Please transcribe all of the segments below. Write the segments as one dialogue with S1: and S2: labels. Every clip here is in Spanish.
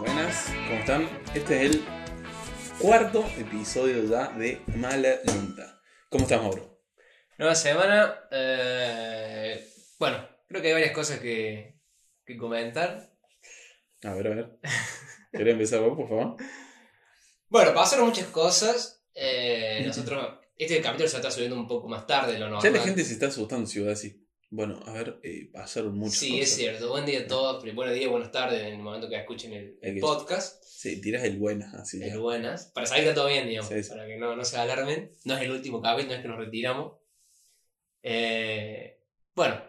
S1: Buenas, ¿cómo están? Este es el cuarto episodio ya de Mala Lunta. ¿Cómo estás, Mauro?
S2: Nueva semana. eh, bueno, creo que hay varias cosas que, que comentar.
S1: A ver, a ver. ¿Querés empezar vos, por favor?
S2: Bueno, pasaron muchas cosas. eh, nosotros, este capítulo se está subiendo un poco más tarde de lo
S1: Ya
S2: normal.
S1: la gente se está asustando en Ciudad así. Bueno, a ver, eh, pasaron muchas
S2: sí,
S1: cosas.
S2: es cierto. Buen día a todos. pri- Buenos días, buenas tardes en el momento que escuchen el, el
S1: Ok.
S2: podcast.
S1: Sí, tiras el buenas, así. ya.
S2: El buenas. Para salir de todo bien, digamos.
S1: Sí, sí.
S2: Para que no, no se alarmen. No es el último capítulo, no es que nos retiramos. Eh, bueno,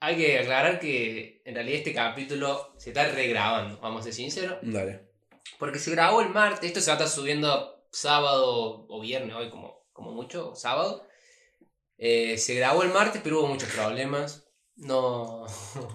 S2: hay que aclarar que en realidad este capítulo se está regrabando, vamos a ser sinceros.
S1: Dale.
S2: Porque se grabó el martes, esto se va a estar subiendo sábado o viernes hoy, como, como mucho, sábado. Eh, se grabó el martes, pero hubo muchos problemas. No.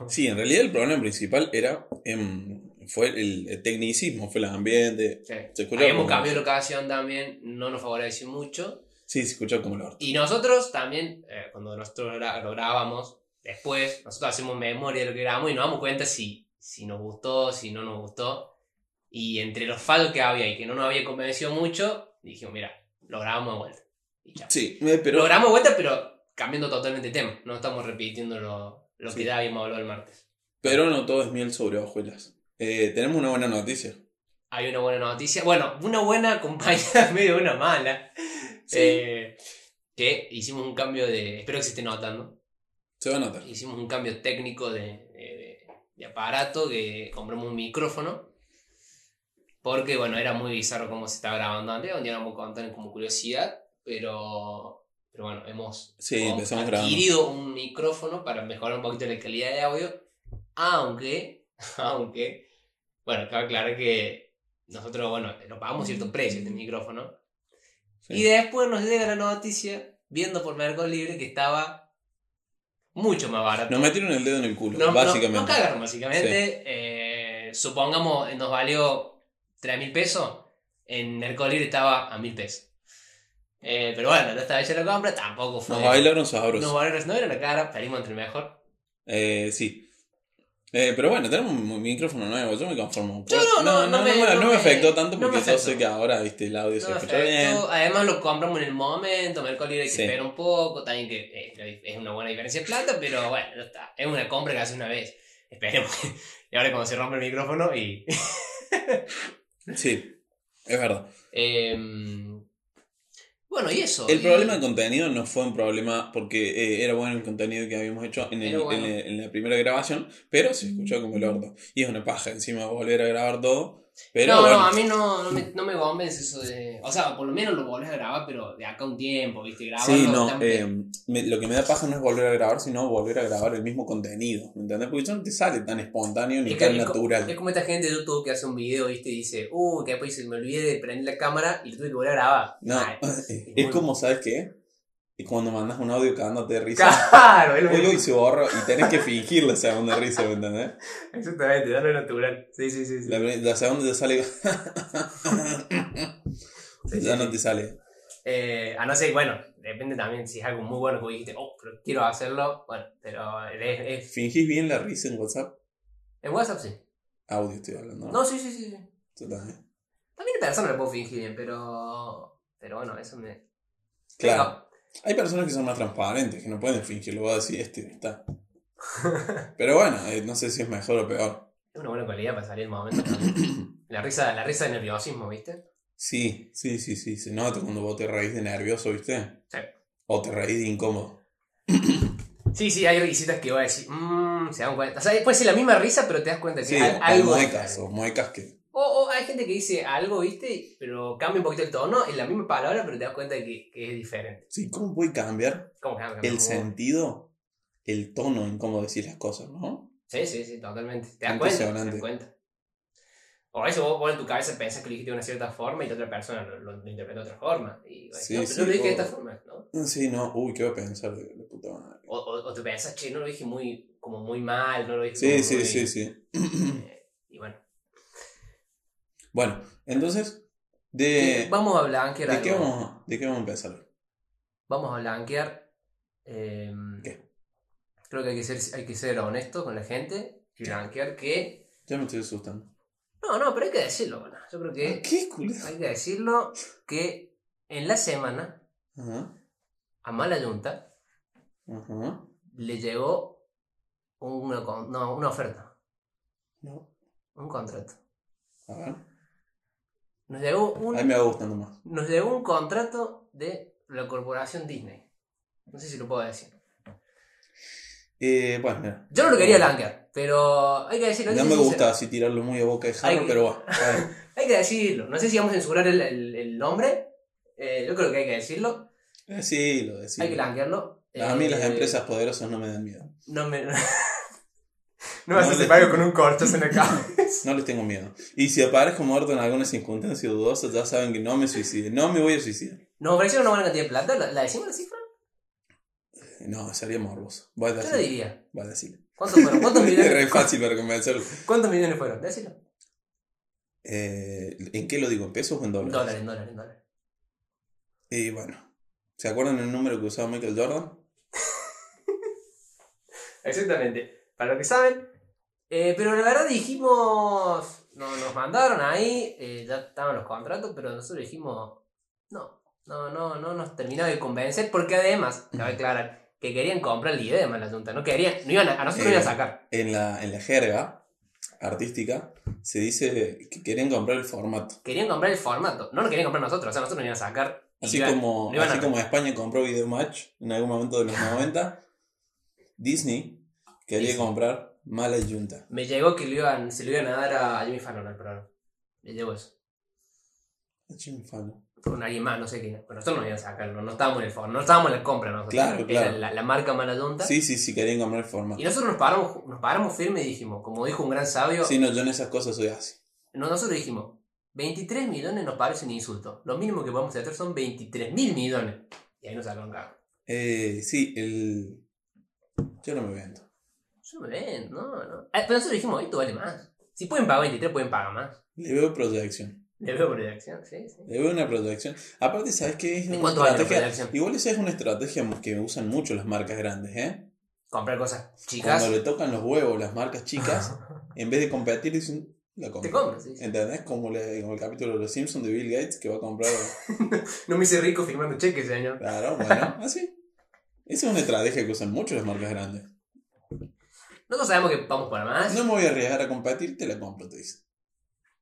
S1: Sí, en realidad el problema principal era em, fue el, el tecnicismo, fue el ambiente. Se escucha
S2: Habíamos
S1: como-
S2: cambiado de locación también, no nos favoreció mucho.
S1: Sí, se escuchó como el orto.
S2: Y nosotros también, eh, cuando nosotros gra- lo grabamos, después, nosotros hacemos memoria de lo que grabamos y nos damos cuenta si, si nos gustó, si no nos gustó. Y entre los fallos que había y que no nos había convencido mucho, dijimos, mira, lo grabamos de vuelta. Y chao.
S1: Sí, eh,
S2: Pero
S1: pero
S2: grabamos vuelta, pero cambiando totalmente el tema. No estamos repitiendo lo, lo
S1: Sí.
S2: que ya habíamos hablado el martes.
S1: Pero no todo es miel sobre hojuelas. Eh, tenemos una buena noticia.
S2: Hay una buena noticia. Bueno, una buena acompañada en medio de una mala. Eh, que hicimos un cambio de. Espero que se esté notando.
S1: Se va a notar.
S2: Hicimos un cambio técnico de, de- de aparato, que compramos un micrófono. Porque, bueno, era muy bizarro cómo se estaba grabando antes. Un día lo vamos a contar como curiosidad. Pero, pero bueno, hemos
S1: Sí,
S2: Hemos
S1: empezamos grabando.
S2: adquirido un micrófono para mejorar un poquito la calidad de audio, aunque, aunque, bueno, cabe aclarar que nosotros, bueno, lo pagamos cierto precio este micrófono,
S1: Sí.
S2: y después nos llega la noticia, viendo por Mercado Libre, que estaba mucho más barato.
S1: Nos metieron el dedo en el culo,
S2: Nos-
S1: básicamente.
S2: Nos, nos cagaron, básicamente. Eh, supongamos, nos valió 3 mil pesos. En Mercado Libre estaba a mil pesos. Eh, pero bueno, no estaba hecha la compra, tampoco fue.
S1: Nos bailaron sabros.
S2: Nos bailaron, no era la cara, salimos entre el mejor.
S1: Eh, sí. Eh, pero bueno, tenemos un micrófono nuevo, yo me conformo.
S2: Yo no, no, no me- no
S1: me
S2: me-
S1: afectó tanto
S2: no me
S1: porque yo
S2: afectó.
S1: sé que ahora viste el audio
S2: No
S1: se
S2: me
S1: escucha bien.
S2: afectó. Además lo compramos en el momento, Mercado Libre hay que
S1: Sí.
S2: esperar un poco, también que eh, la dif- es una buena diferencia de plata, pero bueno, ya está. Es una compra que hace una vez. Esperemos. que- Y ahora cuando se rompe el micrófono y...
S1: Sí, es verdad.
S2: Em, bueno, y eso.
S1: El
S2: y-
S1: problema de contenido no fue un problema porque eh, era bueno el contenido que habíamos hecho en, el-
S2: Era bueno.
S1: en el- en la primera grabación, pero se escuchó como el orto. Y es una paja encima volver a grabar todo. Pero
S2: no,
S1: bueno,
S2: no, a mí no, no me, no me convence eso de. O sea, por lo menos lo volvés a grabar, pero de acá a un tiempo, ¿viste? Grabando
S1: Sí, no,
S2: también.
S1: eh, me- lo que me da paja no es volver a grabar, sino volver a grabar el mismo contenido, ¿me entendés? Porque eso no te sale tan espontáneo ni
S2: Es que
S1: tan
S2: es co-
S1: natural.
S2: Es como esta gente de YouTube que hace un video, ¿viste? Y dice, uh, que después se me olvidé de prender la cámara y lo tuve que volver a grabar.
S1: No,
S2: Ay,
S1: es como, ¿sabes qué? Y cuando mandas un audio cagándote de risa,
S2: Claro, es lo
S1: luego y
S2: mismo.
S1: se borra y tenés que fingir la segunda risa, ¿me entendés?
S2: Exactamente, ya no es natural. Sí, sí, sí. sí.
S1: La, la segunda te sale,
S2: Sí, sí,
S1: ya
S2: sí.
S1: no te sale.
S2: Eh, a no ser, bueno, depende también si es algo muy bueno que vos dijiste, oh, pero quiero hacerlo. Bueno, pero es. es-
S1: ¿Fingís bien la risa en WhatsApp?
S2: En WhatsApp sí.
S1: Audio estoy hablando.
S2: No, sí, sí, sí. sí.
S1: Yo también.
S2: También en persona lo puedo fingir bien, pero. Pero bueno, eso me.
S1: Claro. Hay personas que son más transparentes, que no pueden fingirlo, voy a decir este, está. Pero bueno, eh, no sé si es mejor o peor.
S2: Es una buena cualidad para salir el momento. la risa, la risa de nerviosismo, ¿viste?
S1: Sí, sí, sí, sí, se nota cuando vos te reís de nervioso, ¿viste?
S2: Sí.
S1: O te reís de incómodo.
S2: Sí, sí, hay risitas que vas a decir, mmm, se dan cuenta. O sea, puede ser la misma risa, pero te das cuenta que
S1: Sí,
S2: hay
S1: o
S2: algo.
S1: muecas, o muecas que...
S2: O, o hay gente que dice algo, ¿viste? Pero cambia un poquito el tono, es la misma palabra, pero te das cuenta que, que es diferente.
S1: Sí, ¿cómo puede cambiar
S2: ¿Cómo que cambia?
S1: el
S2: Como-
S1: sentido, el tono en cómo decir las cosas, ¿no?
S2: Sí, sí, sí, totalmente. Te das cuenta. Te
S1: Impresionante.
S2: das cuenta. O a veces vos, vos en tu cabeza pensás que lo dijiste de una cierta forma y la otra persona lo, lo- lo interpretó de otra forma. Y bueno,
S1: Sí,
S2: no, pero
S1: sí,
S2: no lo dije de
S1: o-
S2: esta forma, ¿no?
S1: Sí, no, uy, ¿qué va a pensar de la puta madre?
S2: O, o, o te pensás, che, no lo dije muy, como muy mal, no lo dije
S1: Sí,
S2: como
S1: sí,
S2: muy-
S1: sí, sí.
S2: eh, y bueno,
S1: Bueno, entonces, De,
S2: Vamos a blanquear
S1: Eh, ¿de,
S2: algo.
S1: qué vamos, ¿De qué vamos a empezar? hoy?
S2: Vamos a blanquear. eh,
S1: ¿Qué?
S2: Creo que hay que ser, hay que ser honesto con la gente y
S1: ¿Qué?
S2: blanquear que.
S1: Ya me estoy asustando.
S2: No, no, pero hay que decirlo, bueno. Yo creo que
S1: ¿Qué culo?
S2: hay que decirlo que en la semana
S1: Ajá,
S2: a Mala Yunta
S1: ajá.
S2: le llegó una, con- no, una oferta,
S1: No.
S2: un contrato.
S1: A ver.
S2: Nos llegó
S1: A mí
S2: un,
S1: me va gustando más.
S2: nos llegó un contrato de la corporación Disney. No sé si lo puedo decir.
S1: Eh, bueno, mira.
S2: Yo no lo quería blanquear, pero hay que decirlo. hay
S1: No
S2: que
S1: me
S2: ser
S1: gusta así tirarlo muy a boca de jarro,
S2: Hay que-
S1: pero bueno. a ver.
S2: sincero. Hay que decirlo. No sé si vamos a censurar el, el- el nombre. Eh, yo creo que hay que decirlo.
S1: Eh, Decilo, decilo.
S2: Hay que blanquearlo.
S1: A mí
S2: Eh,
S1: las empresas poderosas no me dan miedo.
S2: No me.
S1: No vas a le- separar con
S2: un corchazo en la cabeza.
S1: No les tengo miedo. Y si aparezco muerto en alguna circunstancia dudosa, ya saben que no me suicide. No me voy a suicidar.
S2: Nos ofrecieron una buena cantidad de plata. ¿La, la decimos la cifra?
S1: No, sería morboso. Voy a
S2: Yo le
S1: decirle.
S2: diría.
S1: Voy a decirle.
S2: ¿Cuántos fueron? ¿Cuántos
S1: Es
S2: millones,
S1: re fácil para convencerlo.
S2: ¿Cuántos millones fueron? Decilo.
S1: Eh, ¿En qué lo digo? ¿En pesos o en dólares?
S2: Dólares, dólares, dólares.
S1: Y bueno. ¿Se acuerdan el número que usaba Michael Jordan?
S2: Exactamente. Para los que saben. Eh, pero la verdad dijimos. No, nos mandaron ahí. eh, ya estaban los contratos, pero nosotros dijimos. No, no, no, no nos terminaba de convencer. Porque además, cabe aclarar, que querían comprar la idea de Malayunta. No querían. No iban a, a nosotros no iban
S1: Eh,
S2: a sacar.
S1: En la, en la jerga artística se dice que querían comprar el formato.
S2: Querían comprar el formato. No lo querían comprar nosotros. O sea, nosotros no iban a sacar.
S1: Así,
S2: Iban-
S1: como,
S2: lo iban a
S1: así
S2: hacer.
S1: como España compró Videomatch en algún momento de los 90, Disney quería
S2: Disney.
S1: comprar Mala Junta.
S2: Me llegó que lo iban, se lo iban a dar a Jimmy Fallon al programa. Me llegó eso. con alguien más, no sé quién. Pero nosotros no íbamos a sacarlo, no estábamos en el foro, no estábamos en la compra nosotros.
S1: Claro,
S2: Era
S1: claro.
S2: La, la marca Maradonta.
S1: Sí, sí, sí, querían comprar el formato.
S2: Y nosotros nos paramos, nos paramos firme y dijimos, como dijo un gran sabio,
S1: Sí, no, yo en esas cosas soy así.
S2: no- nosotros dijimos, 23 millones nos parece un insulto. Lo mínimo que podemos hacer son 23 mil millones. Y ahí nos sacaron caro.
S1: Eh, sí, el. Yo no me vendo.
S2: Yo me ven, no, no. Ah, Pero nosotros dijimos, esto vale más. Si pueden pagar 23, pueden pagar más.
S1: Le veo proyección.
S2: Le veo proyección, sí, sí.
S1: Le veo una proyección. Aparte, ¿sabes qué? Es
S2: ¿De
S1: una
S2: cuánto vale la
S1: estrategia-
S2: proyección?
S1: Igual esa es una estrategia que usan mucho las marcas grandes, ¿eh?
S2: Comprar cosas chicas.
S1: Cuando le tocan los huevos las marcas chicas, en vez de competir, dicen, la
S2: Te
S1: compro.
S2: compras, sí, sí.
S1: ¿Entendés? Como, le- como el capítulo de los Simpsons de Bill Gates que va a comprar.
S2: No me hice rico firmando cheques, señor.
S1: Claro, bueno, así. Esa es una estrategia que usan mucho las marcas grandes.
S2: Nosotros sabemos que vamos para más.
S1: No me voy a arriesgar a competir, te la compro, te dicen.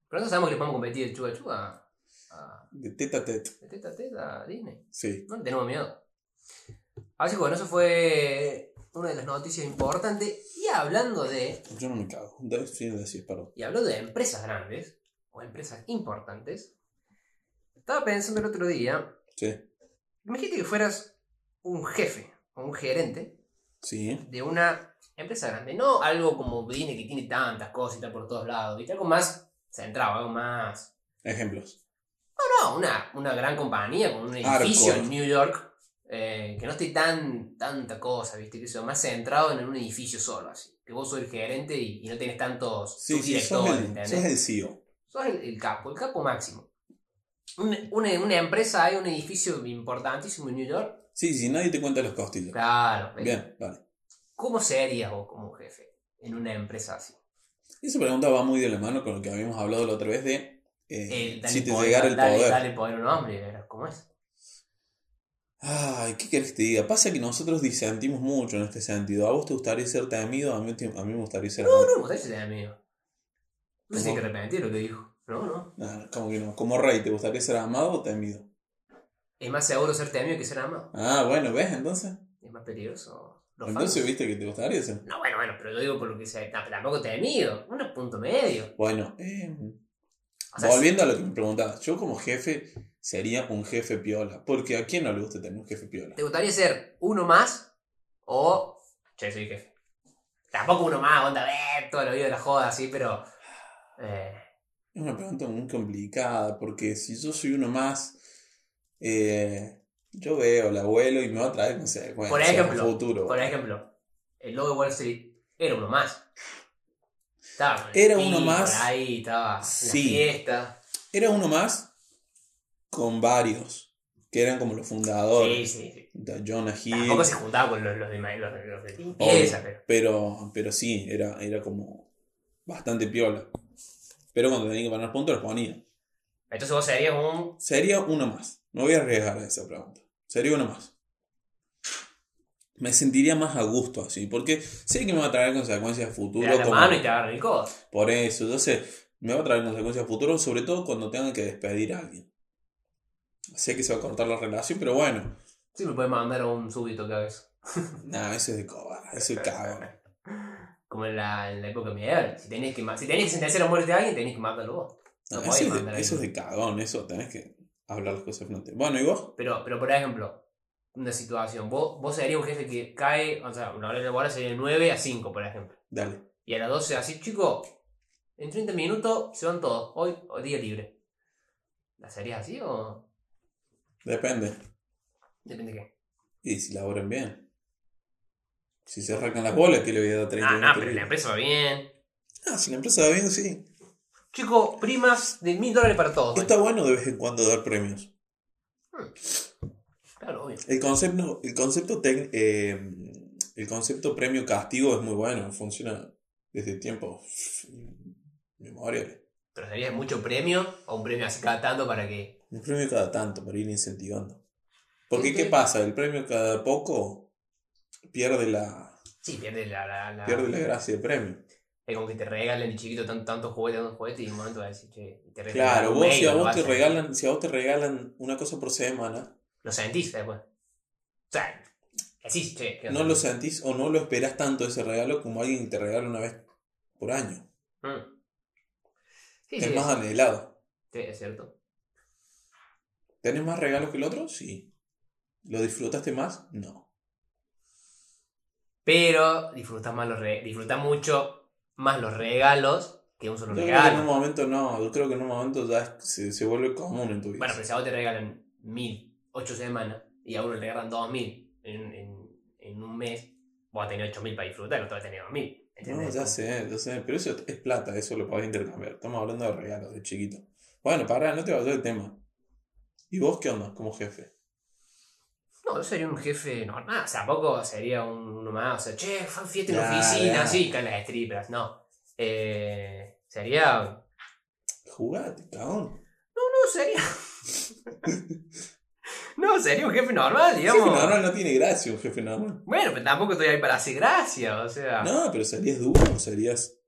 S2: Pero nosotros sabemos que le podemos competir el chuga chuga a,
S1: De teta a teta.
S2: a teta a teta a Disney.
S1: Sí.
S2: No le tenemos miedo. Así que bueno, eso fue una de las noticias importantes. Y hablando de.
S1: Yo no me cago. De- Sí, decís, perdón.
S2: Y hablando de empresas grandes o empresas importantes. Estaba pensando el otro día.
S1: Sí.
S2: Imagínate que fueras un jefe o un gerente
S1: Sí.
S2: de una empresa grande. No algo como Disney que tiene tantas cosas y está por todos lados. Y algo más centrado, algo más
S1: Ejemplos.
S2: No, Ah, una, una gran compañía con un edificio
S1: Arcor.
S2: en New York eh, que no esté tan tanta cosa, ¿viste? Que sea más centrado en un edificio solo, así. Que vos sos el gerente y, y no tenés tantos
S1: Sí, sí, sos
S2: subdirectores,
S1: el,
S2: ¿entendés?
S1: sos el E CEO.
S2: Sos el, el capo, el capo máximo. Un- Una, una empresa, hay un edificio importantísimo en New York.
S1: Sí, si nadie te cuenta los costillos.
S2: Claro, ¿ves?
S1: Bien, vale.
S2: ¿cómo serías vos como jefe en una empresa así?
S1: Esa pregunta va muy de la mano con lo que habíamos hablado la otra vez de eh,
S2: Eh, dale
S1: si te
S2: poder,
S1: llegara el
S2: dale-
S1: poder.
S2: Dale poder a un hombre, ¿cómo es?
S1: Ay, ¿qué querés que te diga? Pasa que nosotros disentimos mucho en este sentido. A vos te gustaría ser temido, a mí, te- a mí me gustaría ser amado.
S2: No, usted se tiene miedo. No se tiene que arrepentir lo que dijo. No, no.
S1: Nah, como Ah, que no. Como rey, ¿te gustaría ser amado o temido?
S2: Es más seguro ser temido que ser amado.
S1: Ah, bueno, ¿ves entonces?
S2: Es más peligroso. Los
S1: Entonces
S2: fans.
S1: viste que te gustaría ser.
S2: No, bueno, bueno, pero yo digo por lo que sea. No, pero tampoco temido. Un punto medio.
S1: Bueno, eh,
S2: O sea,
S1: volviendo a lo que me preguntabas, yo como jefe sería un jefe piola. Porque a quién no le gusta tener un jefe piola.
S2: ¿te gustaría ser uno más o. Che, soy jefe? Tampoco uno más, onda, ver todo lo vida de la joda así, pero. eh,
S1: Es una pregunta muy complicada, porque si yo soy uno más, eh, yo veo al abuelo y me va a traer consecuencias
S2: Por
S1: en el
S2: ejemplo,
S1: futuro.
S2: por ejemplo, el logo de Wall Street era uno más. Estaba. con el
S1: Era uno
S2: tipo
S1: más.
S2: Ahí estaba. en la
S1: Sí.
S2: fiesta.
S1: Era uno más, con varios, que eran como los
S2: Sí,
S1: fundadores.
S2: sí, sí.
S1: Da- Jonah Hill.
S2: Tampoco se juntaba con los, los de, ma- los, los de limpieza, pero.
S1: Pero, pero sí, era, era como bastante piola. Pero cuando tenía que poner puntos, los ponía.
S2: Entonces vos serías un.
S1: Sería uno más. No voy a arriesgar a esa pregunta. Sería uno más. Me sentiría más a gusto así, porque sé que me va a traer consecuencias a
S2: Te
S1: futuro.
S2: dan la
S1: como-
S2: mano y te agarran el codo.
S1: Por eso, entonces me va a traer consecuencias a futuro, sobre todo cuando tengan que despedir a alguien. Sé que se va a cortar la relación, pero bueno.
S2: Sí, me puedes mandar a un súbito cada vez.
S1: Nah, eso es de cobarde, eso es cabrón.
S2: Como en la, en la época medieval. Si tenés que, ma- si tenés que sentenciar a muerte a alguien, tenés que matarlo vos. No
S1: No,
S2: podés
S1: eso, es
S2: mandar a
S1: de, eso es
S2: alguien.
S1: de cagón, eso tenés que hablar las cosas frente. Bueno, ¿y vos?
S2: Pero, pero por ejemplo, una situación. Vos, vos serías un jefe que cae, o sea, una hora laboral sería de 9 a 5, por ejemplo.
S1: Dale.
S2: Y a las 12 así, chicos, en 30 minutos se van todos. Hoy, hoy día libre. ¿La serías así o...?
S1: Depende.
S2: Depende de qué.
S1: Y si laburan bien. Si se arrancan las bolas, que le voy a dar 30
S2: Ah, no,
S1: minutos
S2: pero la
S1: libre.
S2: empresa va bien.
S1: Ah, si la empresa va bien, sí.
S2: Chicos, primas de mil dólares para todos.
S1: Está bueno de vez en cuando dar premios.
S2: Claro, obvio.
S1: El concepto, el concepto, tec- eh, el concepto premio castigo es muy bueno, funciona desde tiempos memoria.
S2: Pero sería mucho premio o un premio así cada tanto para que...
S1: Un premio cada tanto para ir incentivando. Porque,
S2: Sí,
S1: ¿qué
S2: sí.
S1: pasa? El premio cada poco pierde la,
S2: Sí, pierde la... la, la-
S1: pierde la gracia del premio.
S2: Es como que te regalan de chiquito tan- tantos juguetes, tantos juguetes y en un momento vas a decir, che, y te regalan
S1: Claro,
S2: un
S1: vos,
S2: mail,
S1: si, a
S2: lo
S1: vos
S2: vas
S1: te
S2: a-
S1: regalan, si a vos te regalan una cosa por semana,
S2: Lo sentís después. O sea, decís, che, ¿qué onda?
S1: no lo sentís o no lo esperás tanto ese regalo como alguien que te regala una vez por año.
S2: Mm. Sí, sí,
S1: Es más
S2: es,
S1: anhelado.
S2: sí, es cierto.
S1: ¿Tenés más regalos que el otro? Sí. ¿Lo disfrutaste más? No.
S2: Pero disfrutás, más los re- disfrutás mucho más los regalos que un solo
S1: Yo creo que en un
S2: regalo.
S1: momento no, yo creo que en un momento ya es- se, se vuelve común en tu vida.
S2: Bueno, pero si a vos te regalan mil, ocho semanas, y a uno le regalan dos mil en, en, en un mes, vos vas a tener ocho mil para disfrutar, el otro va a tener dos mil.
S1: no, ya sé, ya sé, pero eso es plata, eso lo podés intercambiar. Estamos hablando de regalos de chiquito. Bueno, pará, no te vayas del tema. ¿Y vos qué onda como jefe?
S2: No, yo sería un jefe normal, o sea, tampoco sería un- uno más, o sea, che, fan fiesta en la
S1: Ya,
S2: oficina,
S1: ya.
S2: sí, con las strippers, no. Eh, sería. No,
S1: Jugate, cabrón.
S2: sería. no, sería un jefe normal,
S1: Un
S2: digamos.
S1: jefe normal no tiene gracia, un jefe normal.
S2: Bueno, pero tampoco estoy ahí para hacer gracia, o sea.
S1: No, pero serías duro, serías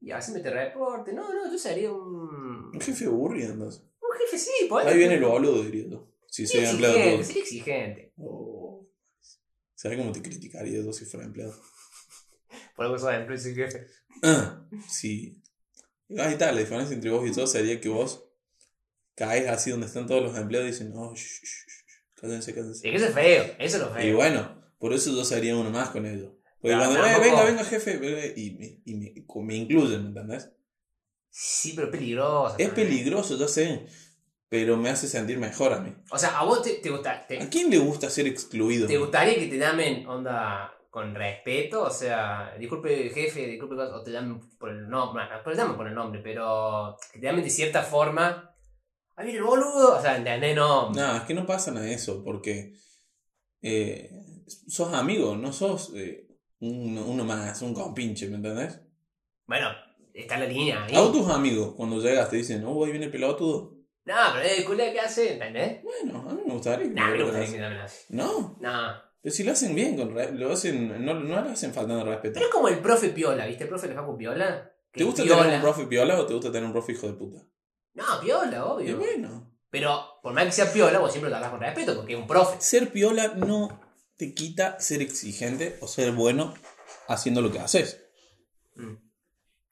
S2: Y así me te reporte. No, no, yo sería un.
S1: un jefe aburrido. entonces.
S2: Un jefe, sí, podés.
S1: Ahí viene el boludo, diría yo. Si soy
S2: Sería
S1: empleado
S2: exigente,
S1: público.
S2: sería exigente.
S1: Oh. ¿Sabes cómo te criticaría yo si fuera empleado?
S2: Por algo sos empleo, soy jefe.
S1: Ah, sí. Ahí está, la diferencia entre vos y yo sería que vos caes así donde están todos los empleados y dicen, no, shh, shh, shh, cállense, cállense.
S2: Sí, que eso es feo, eso es lo
S1: Y
S2: feo.
S1: bueno, por eso yo sería uno más con ellos. Porque
S2: Ya,
S1: cuando,
S2: ya,
S1: "Eh,
S2: no,
S1: venga,
S2: no.
S1: venga, jefe, eh, y, me, y me- me incluyen, ¿me entendés?
S2: Sí, pero es peligroso.
S1: Es
S2: también.
S1: peligroso, yo sé, pero me hace sentir mejor a mí.
S2: O sea, a vos te, te gusta. te-
S1: ¿A quién le gusta ser excluido?
S2: ¿Te gustaría que te llamen onda con respeto? O sea, disculpe jefe, disculpe cosas, o te llamen por el nombre, no, pero te llamen por el nombre, pero que te llamen de cierta forma. ¡Ahí viene el boludo! O sea, ¿entendés? No.
S1: No, es que no pasan a eso, porque eh, sos amigo, no sos eh, uno, uno más, un compinche, ¿me entendés?
S2: Bueno, está la línea ahí.
S1: A tus amigos, cuando llegas, te dicen, oh, ahí viene el pelotudo.
S2: No, pero el culé que hace, ¿entendés?
S1: Bueno, a mí me gustaría. que
S2: No, a mí
S1: me
S2: no me
S1: lo
S2: gustaría que
S1: hagan.
S2: me llamen así.
S1: No,
S2: No.
S1: pero si lo hacen bien, con re- lo hacen, no, no le hacen falta de respeto.
S2: Pero es como el profe Piola, ¿viste? El profe que con Piola. que
S1: ¿Te gusta
S2: Piola-
S1: tener un profe piola o te gusta tener un profe hijo de puta?
S2: No, Piola,
S1: Y
S2: obvio.
S1: bueno,
S2: Pero por más que sea Piola, vos siempre lo hablas con respeto, porque es un profe.
S1: ser piola no te quita ser exigente o ser bueno haciendo lo que haces.
S2: Mm.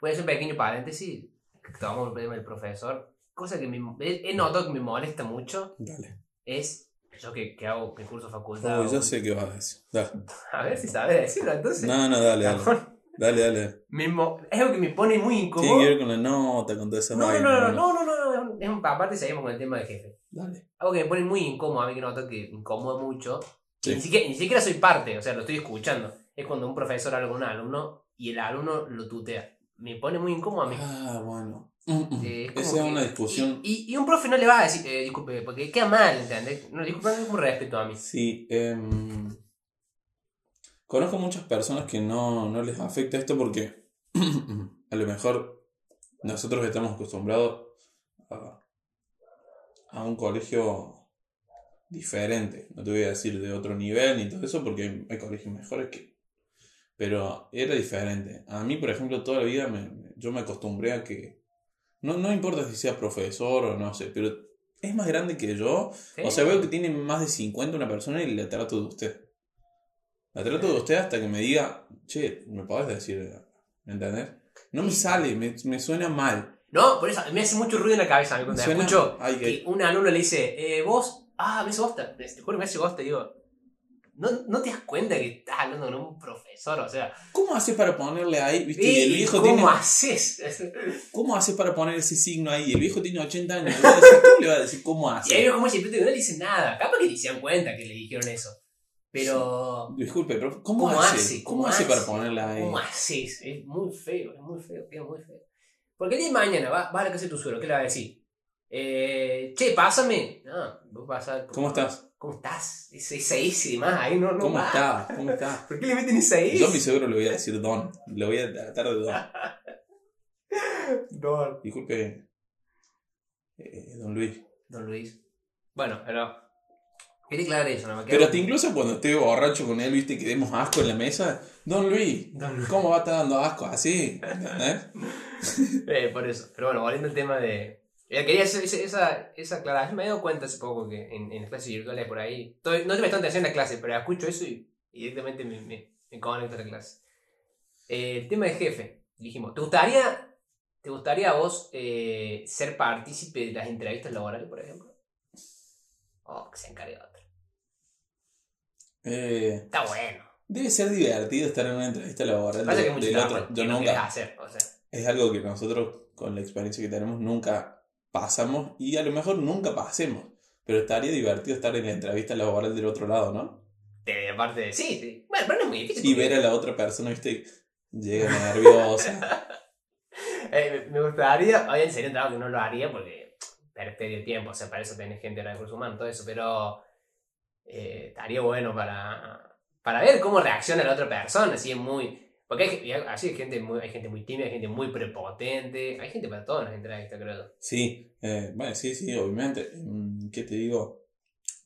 S2: Voy a hacer un pequeño parénsis. que Tomamos el tema del profesor. Cosa que me, he he notado que me molesta mucho
S1: Dale.
S2: es. Yo que, que hago mi curso facultad.
S1: Oh,
S2: o-
S1: yo sé qué vas a decir. Dale.
S2: A ver si sabes decirlo entonces.
S1: No, no, dale, dale.
S2: Cajón.
S1: Dale, dale.
S2: Me mo- es algo que me pone muy
S1: Tiene
S2: incómodo.
S1: que ver con la nota, con toda esa
S2: No, no,
S1: vaina,
S2: no, no, no, no, no, no, es un- es un- aparte seguimos con el tema de jefe.
S1: Dale.
S2: Algo que me pone muy incómodo, a mí que noto que me incomoda mucho.
S1: Sí.
S2: Ni, siquiera, ni siquiera soy parte, o sea, lo estoy escuchando. Es cuando un profesor habla con un alumno y el alumno lo tutea. me pone muy incómodo a mí.
S1: Ah, bueno. Mm, mm.
S2: Eh, es como
S1: Esa es
S2: que-
S1: una discusión.
S2: Y, y- y un profe no le vas a decir, eh, disculpe, porque queda mal, ¿entendés? No, disculpe, no es un respeto a mí.
S1: Sí. em, conozco muchas personas que no, no les afecta esto porque a lo mejor nosotros estamos acostumbrados a, a un colegio diferente. No te voy a decir de otro nivel ni todo eso porque hay, hay colegios mejores que... Pero era diferente. A mí, por ejemplo, toda la vida me- me- yo me acostumbré a que... No, no importa si sea profesor o no sé, pero es más grande que yo o sea, veo que tiene más de 50 una persona y la trato de usted. La trato de usted hasta que me diga, che, me podés decir, ¿me entendés? No me sale, me, me suena mal.
S2: No, por eso me hace mucho ruido en la cabeza a mí
S1: Me
S2: cuando
S1: suena,
S2: escucho
S1: ay,
S2: que un alumno le dice, eh, vos, ah, me hace bosta. Te juro que me hace bosta, digo. No, no te das cuenta que estás hablando con un profesor, o sea.
S1: ¿Cómo haces para ponerle ahí? ¿Viste? Y
S2: "Eh,
S1: el viejo
S2: ¿Cómo
S1: tiene,
S2: haces?
S1: ¿Cómo haces para poner ese signo ahí? Y El viejo tiene 80 años. le va a decir, ¿Cómo le va a decir cómo
S2: Y ahí
S1: hace?
S2: veo como siempre no le dicen nada. Capaz que le hicieron cuenta que le dijeron eso. Pero.
S1: Disculpe, pero ¿cómo,
S2: ¿Cómo
S1: hace?
S2: hace?
S1: ¿Cómo,
S2: ¿Cómo
S1: hace para
S2: hace?
S1: ponerle ahí?
S2: ¿Cómo haces? Es muy feo, es muy feo, queda muy feo. Porque el día de mañana vas, vas a la casa de tu suegro, ¿qué le vas a decir? Eh, che, pásame. No, vos pasás.
S1: ¿Cómo estás?
S2: ¿Cómo estás? Ese, ese S y más, ahí no, no
S1: ¿Cómo
S2: va.
S1: estás? ¿Cómo estás?
S2: ¿Por qué le meten esa S?
S1: Yo a mi seguro le voy a decir don. Le voy a tratar de don.
S2: Don.
S1: Disculpe, eh, don Luis.
S2: Don Luis. Bueno, pero. Quería aclarar eso, no me quedo.
S1: Pero hasta incluso cuando esté borracho con él, viste, que demos asco en la mesa. Don Luis,
S2: Don Luis.
S1: ¿cómo va a estar dando asco así? ¿Entendés?
S2: Eh, por eso. Pero bueno, volviendo al tema de. Eh, Quería hacer ese- esa, esa aclaración. Me he dado cuenta hace poco que en, en las clases virtuales por ahí. estoy- no te prestando atención a la clase, pero escucho eso y, y directamente me, me, me conecto a la clase. Eh, el tema de jefe. Dijimos, ¿te gustaría, te gustaría a vos eh, ser partícipe de las entrevistas laborales, por ejemplo? Oh, que se encargue otro.
S1: Eh,
S2: Está bueno.
S1: debe ser divertido estar en una entrevista laboral
S2: Pasa que
S1: de-
S2: es mucho
S1: del
S2: trabajo
S1: otro.
S2: que
S1: Yo
S2: no querés
S1: nunca.
S2: hacer, o sea.
S1: Es algo que nosotros, con la experiencia que tenemos, nunca pasamos y a lo mejor nunca pasemos. Pero estaría divertido estar en la entrevista laboral del otro lado, ¿no?
S2: De parte de. Sí, sí. Bueno, pero no es muy difícil.
S1: Y
S2: porque-
S1: ver a la otra persona, viste, llega nerviosa.
S2: Eh, me me gustaría, hoy en serio un trabajo que no lo haría porque perdería tiempo, o sea, para eso tenés gente en recursos humanos, todo eso, pero eh, estaría bueno para, para ver cómo reacciona la otra persona, si es muy... Porque hay, ge- y hay- así hay gente muy, hay gente muy tímida, hay gente muy prepotente, hay gente para todas las entrevistas, creo.
S1: Sí, eh, bueno, sí, sí, obviamente. Mm, ¿Qué te digo?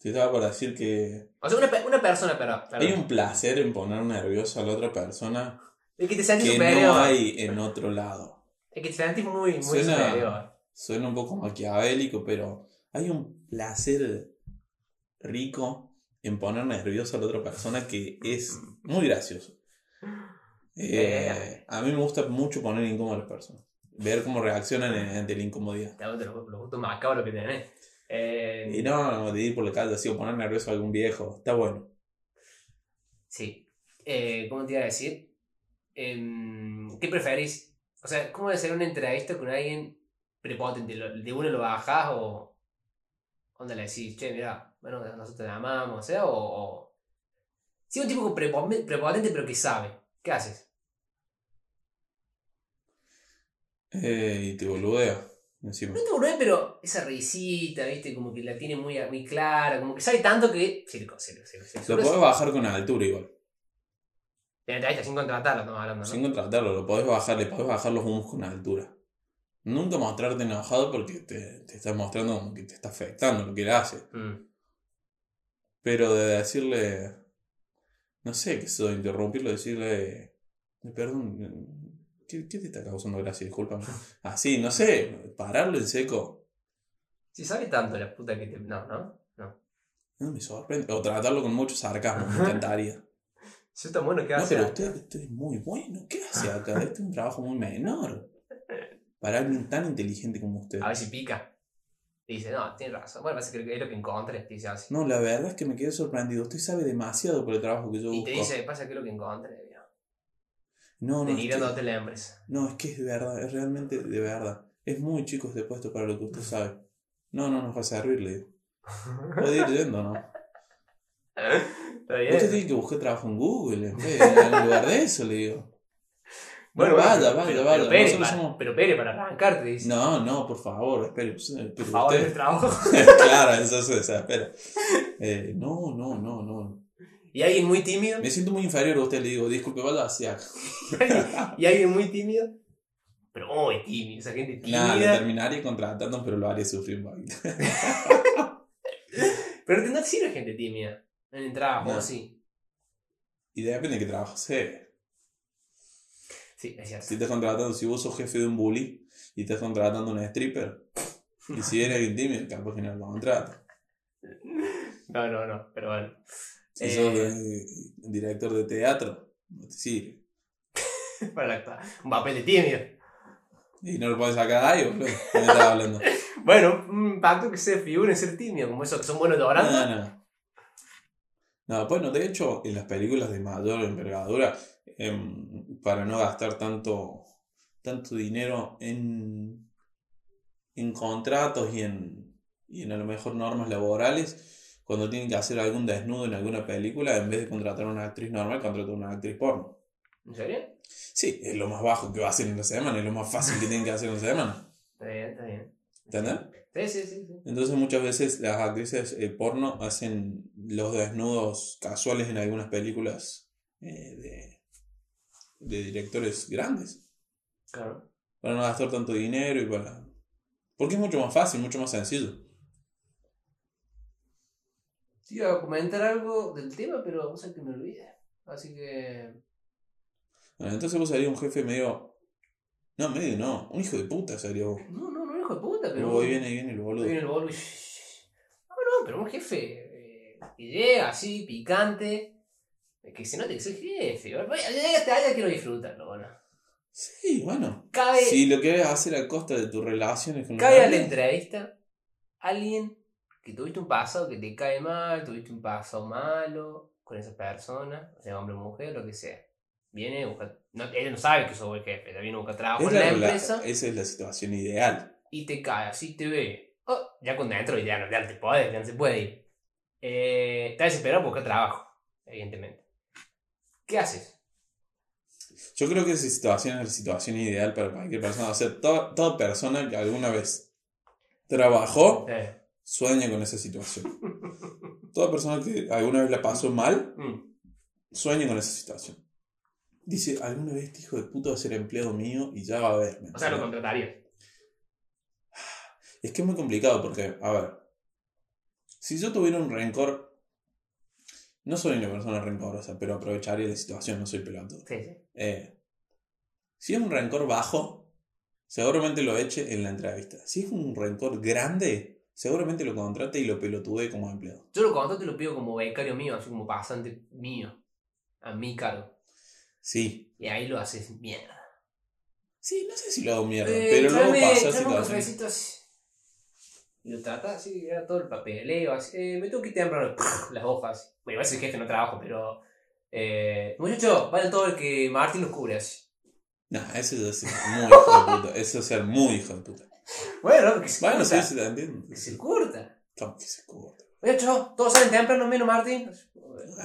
S1: Te estaba por decir que.
S2: O sea, una, pe- una persona, pero...
S1: Hay un placer en poner nervioso a la otra persona
S2: Es que te sentís
S1: que
S2: superior.
S1: no hay en otro lado.
S2: Es que te sentís muy, muy
S1: Suena-
S2: superior.
S1: Suena un poco maquiavélico, pero hay un placer rico en poner nervioso a la otra persona que es muy gracioso. Eh, a mí me gusta mucho poner incómodo a las personas. Ver cómo reaccionan en- ante la incomodidad.
S2: Te hago de los, los gustos macabros que tenés. Eh,
S1: Y no, de ir por la calle así o poner nervioso a algún viejo. Está bueno.
S2: Sí. Eh, ¿Cómo te iba a decir? Em, ¿Qué preferís? O sea, ¿cómo hacer una entrevista con alguien prepotente? Lo- ¿De uno lo bajás o onda le decís, che, mira, bueno, nosotros te amamos, o sea, o... o... Sí, un tipo prepo- prepotente pero que sabe. ¿Qué haces?
S1: Eh, y te boludea encima.
S2: No te burles, pero esa risita, ¿viste? Como que la tiene muy, muy clara, como que sabe tanto que... Circo, circo, circo. circo.
S1: Lo podés bajar con altura igual.
S2: La entrevista sin contratarlo, estamos hablando, ¿no?
S1: Sin contratarlo, lo podés bajar, le podés bajar los humos con altura. Nunca mostrarte enojado porque te, te estás mostrando como que te está afectando lo que le hace.
S2: Mm.
S1: Pero de decirle, no sé, qué sé yo, interrumpirlo, decirle, "Eh, perdón, ¿qué, qué te está causando gracia? Discúlpame. Así, no sé, pararlo en seco,
S2: Si sabe tanto la puta que te... No, ¿no? No.
S1: no me sorprende. O tratarlo con mucho sarcasmo, me encantaría.
S2: Eso está bueno que
S1: No,
S2: hace.
S1: pero usted, usted es muy bueno, ¿qué hace acá? Este es un trabajo muy menor. Para alguien tan inteligente como usted.
S2: A ver si pica. Y dice, no, tienes razón. Bueno, parece que es lo que encontré. Te dice "Ah, así.
S1: No, la verdad es que me quedé sorprendido. Usted sabe demasiado por el trabajo que yo
S2: y
S1: busco.
S2: te dice, pasa que es lo que encontré. viejo".
S1: no, no, es
S2: Denigrándote
S1: que,
S2: la empresa.
S1: no, es que es de verdad, es realmente de verdad. Es muy chico este puesto para lo que usted sabe. No, no nos va a servir, le digo. Puede ir yendo, ¿no?
S2: Está bien.
S1: Usted tiene que buscar trabajo en Google, en vez de- en lugar de eso, le digo. Bueno, vaya, vaya,
S2: pero,
S1: vaya.
S2: Pero, Pérez,
S1: Nosotros
S2: para-
S1: somos-
S2: pero Pérez, para arrancarte, dice.
S1: No, no, por favor, espere. espere
S2: por favor,
S1: usted.
S2: el trabajo.
S1: claro, eso se desespera. Eh, no, no, no, no.
S2: Y alguien muy tímido.
S1: Me siento muy inferior a usted, le digo, disculpe, ah, vaya hacia acá.
S2: Y alguien muy tímido. Pero, oh, es tímido, esa gente tímida.
S1: Nada, lo terminaría contratando, pero lo haría sufrir un poquito.
S2: pero no sirve gente tímida en el trabajo,
S1: No.
S2: sí.
S1: Y depende de qué trabajo sea.
S2: Sí, es cierto.
S1: Si estás contratando, si vos sos jefe de un bully y estás contratando a una stripper, y si eres alguien tímido, capaz que no lo contratas.
S2: No, no, no, pero bueno.
S1: Si
S2: Eh.
S1: sos eh, director de teatro, no te sirve.
S2: Para la actuar. Un papel de tímido.
S1: Y no lo podés sacar ahí, boludo. No me estás hablando.
S2: Bueno, un pacto que se figure en ser tímido, como esos que son buenos de
S1: No,
S2: orando.
S1: no. No, bueno, de hecho, en las películas de mayor envergadura, em, para no gastar tanto, tanto dinero en, en contratos y en, y en a lo mejor normas laborales, cuando tienen que hacer algún desnudo en alguna película, en vez de contratar a una actriz normal, contratan a una actriz porno.
S2: ¿En serio? Está
S1: Sí, es lo más bajo que va a hacer en la semana, es lo más fácil que tienen que hacer en la semana.
S2: bien, está bien.
S1: ¿Entendés?
S2: Sí, sí, sí. sí.
S1: Entonces muchas veces las actrices eh, porno hacen los desnudos casuales en algunas películas eh, de, de directores grandes.
S2: Claro.
S1: Para no gastar tanto dinero y para... Porque es mucho más fácil, mucho más sencillo.
S2: Sí, iba a comentar algo del tema, pero o sea que me olvidé. Así que.
S1: Bueno, entonces vos serías un jefe medio... No, medio no, un hijo de puta sería vos.
S2: No, no, no, hijo de puta, pero.
S1: Luego ahí viene, ahí viene el boludo.
S2: Ahí viene el boludo y- No, no, pero un jefe eh, que llega así, picante. Que se note que soy jefe. Llegaste allá, quiero disfrutarlo, bueno.
S1: Sí, bueno.
S2: Cabe.
S1: Si lo querés hacer a costa de tus relaciones con los
S2: Cae a la
S1: demás,
S2: entrevista alguien que tuviste un pasado que te cae mal, tuviste un pasado malo con esa persona, sea hombre o mujer, lo que sea. Viene, busca, no, él no sabe que sos el jefe, te viene a buscar trabajo
S1: es
S2: en
S1: la
S2: la
S1: rela-
S2: empresa
S1: Esa es la situación ideal.
S2: y te cae, así te ve. Oh, ya cuando entro ya no, ya no te podés, ya no se puede ir. Eh, está desesperado porque busca trabajo, evidentemente. ¿Qué haces?
S1: Yo creo que esa situación es la situación ideal para cualquier persona. O sea, to- toda persona que alguna vez trabajó
S2: Eh,
S1: sueña con esa situación. Toda persona que alguna vez la pasó mal
S2: mm,
S1: sueña con esa situación. Dice, alguna vez este hijo de puta va a ser empleado mío y ya va a verme.
S2: o sea, lo contratarías.
S1: Es que es muy complicado porque, a ver, si yo tuviera un rencor, no soy una persona rencorosa, pero aprovecharía la situación, no soy pelotudo.
S2: Sí, sí.
S1: Eh, si es un rencor bajo, seguramente lo eche en la entrevista. Si es un rencor grande, seguramente lo contrate y lo pelotude como empleado.
S2: Yo lo contrato y lo pido como becario mío, así como pasante mío, a mi cargo.
S1: Sí.
S2: Y ahí lo haces mierda.
S1: Sí, no sé si lo hago mierda,
S2: Eh,
S1: pero luego pasa así
S2: un
S1: lo hace.
S2: cafecito así. Y lo trata así, era todo el papeleo, así. eh, me tengo que ir temprano, las hojas. Bueno, igual soy jefe, no trabajo, pero. Eh, muchacho, vale todo el que Martín los cubre así.
S1: No, eso es ser muy hijo de puta. Eso es ser muy hijo de puta.
S2: Bueno, que se
S1: Bueno, sí,
S2: curta.
S1: sí, te entiendo.
S2: Que se curta.
S1: No, que se corta.
S2: Muchacho, todos salen temprano menos Martín.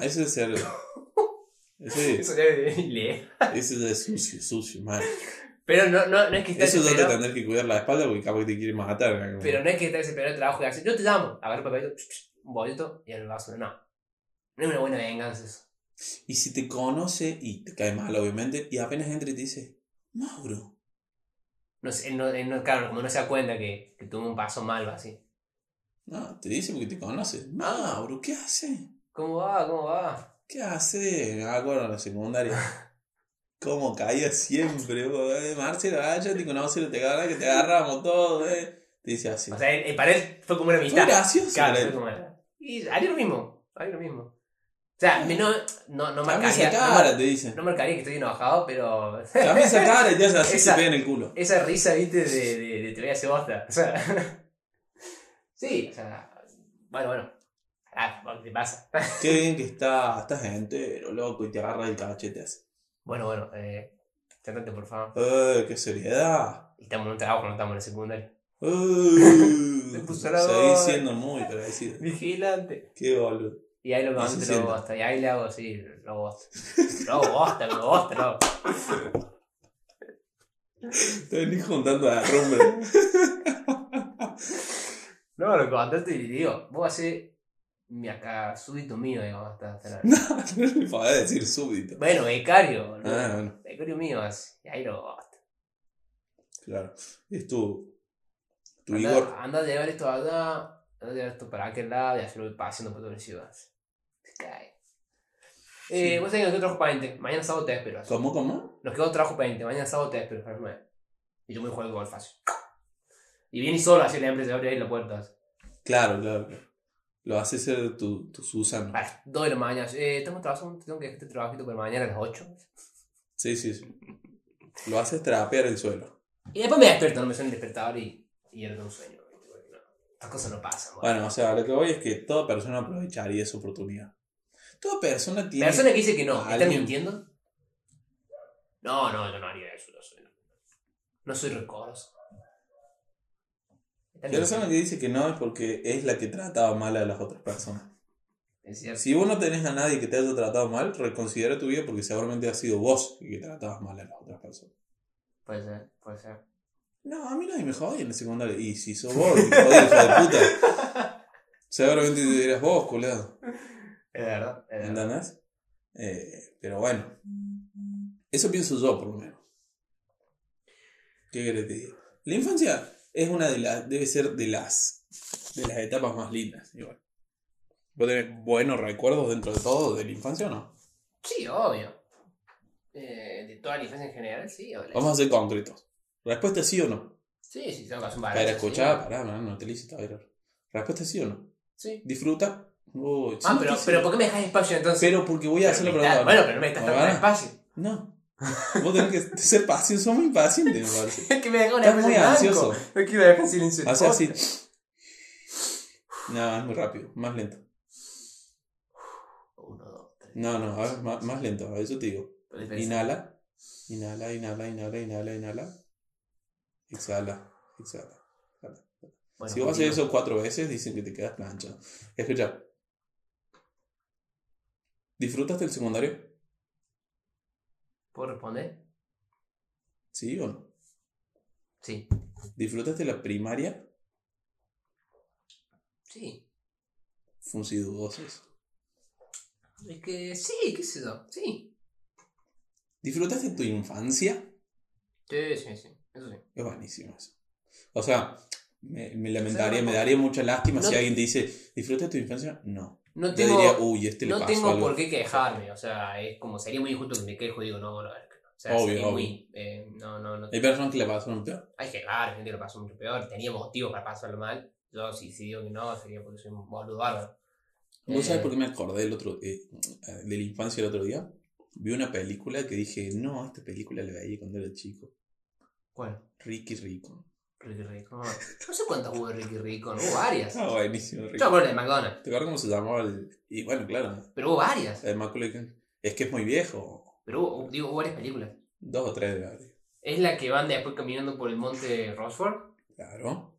S1: Eso es ser. Ese,
S2: Eso ya lee.
S1: ese es sucio, sucio, mal.
S2: Pero no, no, no es que está
S1: Eso es te
S2: desesperado.
S1: tendrás que cuidar la espalda porque capaz que te quiere matar. ¿no?
S2: Pero no es que está desesperado el trabajo y hace. Yo te llamo. Agarra el papelito, un boleto y el vaso. No. No es una buena venganza eso.
S1: Y si te conoce y te cae mal, obviamente, y apenas entra y te dice, Mauro.
S2: No sé, él no, él no- claro, como no se da cuenta que, que tuvo un paso malo así.
S1: No, te dice porque te conoce. Mauro, ¿qué hace?
S2: ¿Cómo va? ¿Cómo va?
S1: ¿Qué hace? Ah, bueno, en la secundaria. ¿Cómo caía siempre? vos, Eh, Marcelo, ah, ya te conoce, te agarra, que te agarramos todo, eh. Te dice así.
S2: O sea, él- él- para él fue como una
S1: Fue
S2: amistad.
S1: gracioso.
S2: Claro, fue
S1: ¿verdad?
S2: como una- Y haría lo mismo, haría lo mismo. O sea, me- no, no, no
S1: Cambia
S2: marcaría.
S1: esa
S2: No, mar-
S1: cara, te dice.
S2: no marcaría que estoy enojado, pero.
S1: Cambia esa cara y te hace así,
S2: Esa-
S1: te pega en el culo.
S2: Esa risa, viste, de, de, de te voy a hacer bosta. O sea. sí, o sea. Bueno, bueno. Ah, bueno, te pasa.
S1: Qué bien que está, estás entero, loco, y te agarra el cachete así.
S2: Bueno, bueno, eh. Sentate, por favor.
S1: Eh, qué seriedad.
S2: Y estamos en un trabajo, no estamos en el secundario.
S1: Uh,
S2: Te puso la
S1: seguís
S2: voz.
S1: siendo muy agradecido.
S2: Vigilante.
S1: Qué boludo.
S2: Y ahí lo
S1: Y se
S2: levanto y lo
S1: sienta.
S2: bosta. Y ahí le hago así, lo bosta. Lo hago bosta, lo bosta, lo hago.
S1: Te venís juntando a rumbre.
S2: No, lo contaste y digo, vos haces mi acá súbito mío, digamos, hasta, hasta la-
S1: No le podés decir súbito.
S2: Bueno, becario, boludo.
S1: Ah, bueno,
S2: Becario mío hace. Y ahí lo basta.
S1: claro. Es tu. Tu Igor.
S2: Anda, anda a llevar esto allá, anda a llevar esto para aquel lado y hacerlo ir paseando por todas las ciudades. Se cae. Eh,
S1: Sí.
S2: Vos sabés que nos quedó trabajo pendiente. Mañana sábado te espero. así.
S1: ¿Cómo, cómo?
S2: Nos quedó trabajo pendiente. Mañana sábado te espero para las nueve. Y yo me juego el gol fácil. Y viene solo así el hambre se abre ahí la puerta. así.
S1: Claro, claro. Lo hace ser tu, tu Susano.
S2: A las 2 de la mañana. Eh, estamos trabajando, tengo que dejar este trabajito para mañana a las 8.
S1: Sí, sí, sí. Lo haces trapear el suelo.
S2: Y después me despierto, no me suena el despertador y, y era un sueño. ¿viste? Porque no, estas cosas no pasan. boludo.
S1: Bueno, o sea, lo que voy es que toda persona aprovecharía esa oportunidad. Toda persona tiene.
S2: Persona que dice que no, ¿está
S1: Alguien-
S2: mintiendo? No, no, yo no haría eso, no soy. No soy rencoroso. Está
S1: La persona que
S2: mintiendo.
S1: dice que no es porque es la que trataba mal a las otras personas.
S2: Es cierto.
S1: Si vos no tenés a nadie que te haya tratado mal, reconsidera tu vida porque seguramente has sido vos el que tratabas mal a las otras personas.
S2: Puede ser, puede ser.
S1: No, a mí nadie me jodía en el secundario. Y si sos vos, el que jodía, hijo de puta. Seguramente te dirás vos, culiado.
S2: Es verdad, es verdad.
S1: ¿Entendés? Eh, pero bueno. Eso pienso yo, por lo menos. ¿Qué querés que te diga? La infancia es una de las. debe ser de las. de las etapas más lindas. Igual. ¿Vos tenés buenos recuerdos dentro de todo de la infancia o no?
S2: Sí, obvio. Eh, de toda la infancia en general, sí, obvio.
S1: Vamos a ser concretos. Respuesta sí o no.
S2: Sí, sí, tengo que hacer un
S1: Para
S2: balance.
S1: escuchar,
S2: sí.
S1: pará, no, no te lo hice todavía. Respuesta sí o no.
S2: Sí.
S1: Disfruta. Uy,
S2: Ah,
S1: sí,
S2: pero,
S1: sí.
S2: pero ¿por qué me dejas espacio entonces?
S1: Pero porque voy a
S2: Pero
S1: hacerlo
S2: me
S1: preguntar.
S2: estás- Bueno, pero no me estás
S1: ¿Me
S2: dando
S1: van a-
S2: espacio.
S1: No. Vos tenés que ser paciente, somos impacientes, me parece.
S2: Es que me dejó una
S1: Estás
S2: cosa
S1: muy
S2: en blanco.
S1: ansioso.
S2: No quiero dejar silencio.
S1: Hace así. No, es muy rápido, más lento.
S2: Uno, dos, tres.
S1: No, no, a ver, más, más lento, a eso te digo.
S2: Pero espera,
S1: Inhala, inhala, inhala, inhala, inhala, inhala. Exhala, exhala.
S2: bueno,
S1: Si vos haces
S2: continúa.
S1: eso cuatro veces, dicen que te quedas planchado. Escucha. ¿Disfrutaste el secundario?
S2: ¿Puedo responder?
S1: ¿Sí o no?
S2: Sí.
S1: ¿Disfrutaste la primaria?
S2: Sí.
S1: Funcidudosos.
S2: Es que sí, qué sé yo. Sí.
S1: ¿Disfrutaste tu infancia?
S2: Sí, sí, sí. Eso sí.
S1: Es buenísimo eso. O sea, me, me lamentaría,
S2: O sea,
S1: me daría mucha lástima
S2: no-
S1: si alguien te dice, ¿disfruta tu infancia? No.
S2: No
S1: Yo
S2: tengo,
S1: diría, uy, este le
S2: no
S1: pasó
S2: tengo
S1: algo.
S2: por qué quejarme. O sea, es como sería muy injusto que me quejo y digo, no, no, no. O sea,
S1: Obvio,
S2: sería
S1: obvio.
S2: muy. eh, no, no, no.
S1: Hay personas que le pasaron peor.
S2: Hay que claro, gente que lo pasó mucho peor. Tenía motivos para pasarlo mal. Yo, si, si digo que no, sería porque soy un boludo bárbaro.
S1: ¿Vos
S2: Eh,
S1: sabés por qué me acordé el otro, eh, de la infancia el otro día? Vi una película que dije, no, esta película la veía cuando era chico.
S2: Bueno,
S1: Ricky Rico.
S2: Ricky Rico. No sé cuántas hubo de Ricky Rico. Hubo varias.
S1: Ah, buenísimo,
S2: Yo me
S1: Ricky.
S2: acuerdo de McDonald's.
S1: ¿Te acuerdas cómo se llamaba el...? Y bueno, claro,
S2: Pero hubo varias.
S1: el Macaulay Culkin. Es que es muy viejo.
S2: Pero hubo, digo, hubo varias películas.
S1: Dos o tres de la vida.
S2: Es la que van después caminando por el monte Rosford.
S1: Claro.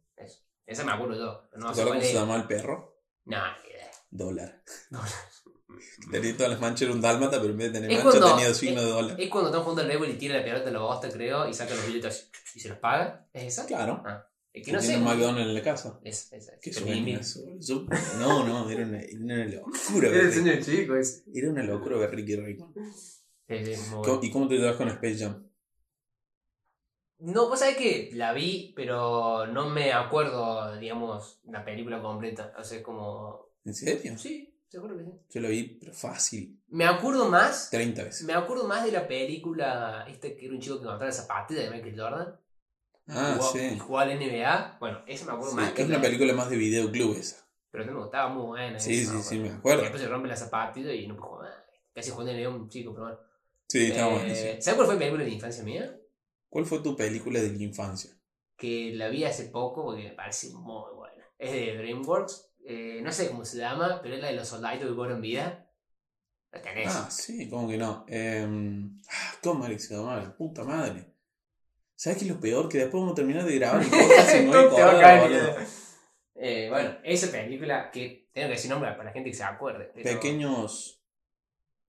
S2: Esa me acuerdo yo. pero
S1: ¿Te
S2: No sé
S1: acuerdas
S2: cuál
S1: cómo se
S2: es.
S1: llamaba el perro?
S2: Nah, ni idea.
S1: Dólar.
S2: Dólar.
S1: Tenía todas las manchas, era un dálmata, pero en vez de tener
S2: Es
S1: manchas
S2: cuando-
S1: tenía signo de dólar.
S2: Es cuando están jugando al label y tira la pelota a la bosta, creo, y saca los billetes así, y se los paga. ¿Es esa?
S1: Claro.
S2: Es que
S1: Que
S2: no sé.
S1: tiene un McDonald's en la casa.
S2: Es, es, es.
S1: Qué
S2: el
S1: sueño
S2: mimí.
S1: eso. Yo- no, no, era una, era una locura.
S2: Era el
S1: ver-
S2: sueño de chico ese.
S1: Era una locura ver Ricky Rico.
S2: Es, es muy
S1: ¿Cómo-
S2: bueno.
S1: ¿Y cómo te llevas con Space Jam?
S2: No, vos sabés que la vi, pero no me acuerdo, digamos, la película completa. O sea, es como.
S1: ¿En serio?
S2: Sí, seguro que sí.
S1: Yo lo vi, pero fácil,
S2: Me acuerdo más
S1: 30 veces.
S2: Me acuerdo más de la película esta que era un chico que mataba la zapatilla de Michael Jordan.
S1: Ah,
S2: jugó, y
S1: sí.
S2: jugó al NBA. Bueno, esa me acuerdo
S1: Sí,
S2: más que
S1: Es una
S2: la-
S1: película más de videoclub esa.
S2: Pero no me gustaba muy buena.
S1: Sí,
S2: esa,
S1: sí, sí, me
S2: me acuerdo. Y
S1: acuerdo.
S2: después se rompe la zapatilla y no puede jugar más. Casi jugó en NBA un chico, pero bueno.
S1: Sí, estaba
S2: Eh,
S1: buenísimo.
S2: ¿Sabes cuál fue mi película de la infancia mía?
S1: ¿Cuál fue tu película de la infancia?
S2: Que la vi hace poco porque me parece muy buena. Es de DreamWorks. eh, no sé cómo se llama, pero es la de los soldaditos que cobran vida. La tenés.
S1: Ah, sí, ¿cómo que no? Em, ah, ¿Cómo era que se llamaba? La puta madre. ¿Sabes qué es lo peor? Que después vamos a terminar de grabar el podcast y me voy a
S2: Te va a
S1: acordar,
S2: caer,
S1: boludo.
S2: mira. Eh, bueno, esa película que tengo que decir nombre para la gente que se acuerde. pero-
S1: Pequeños.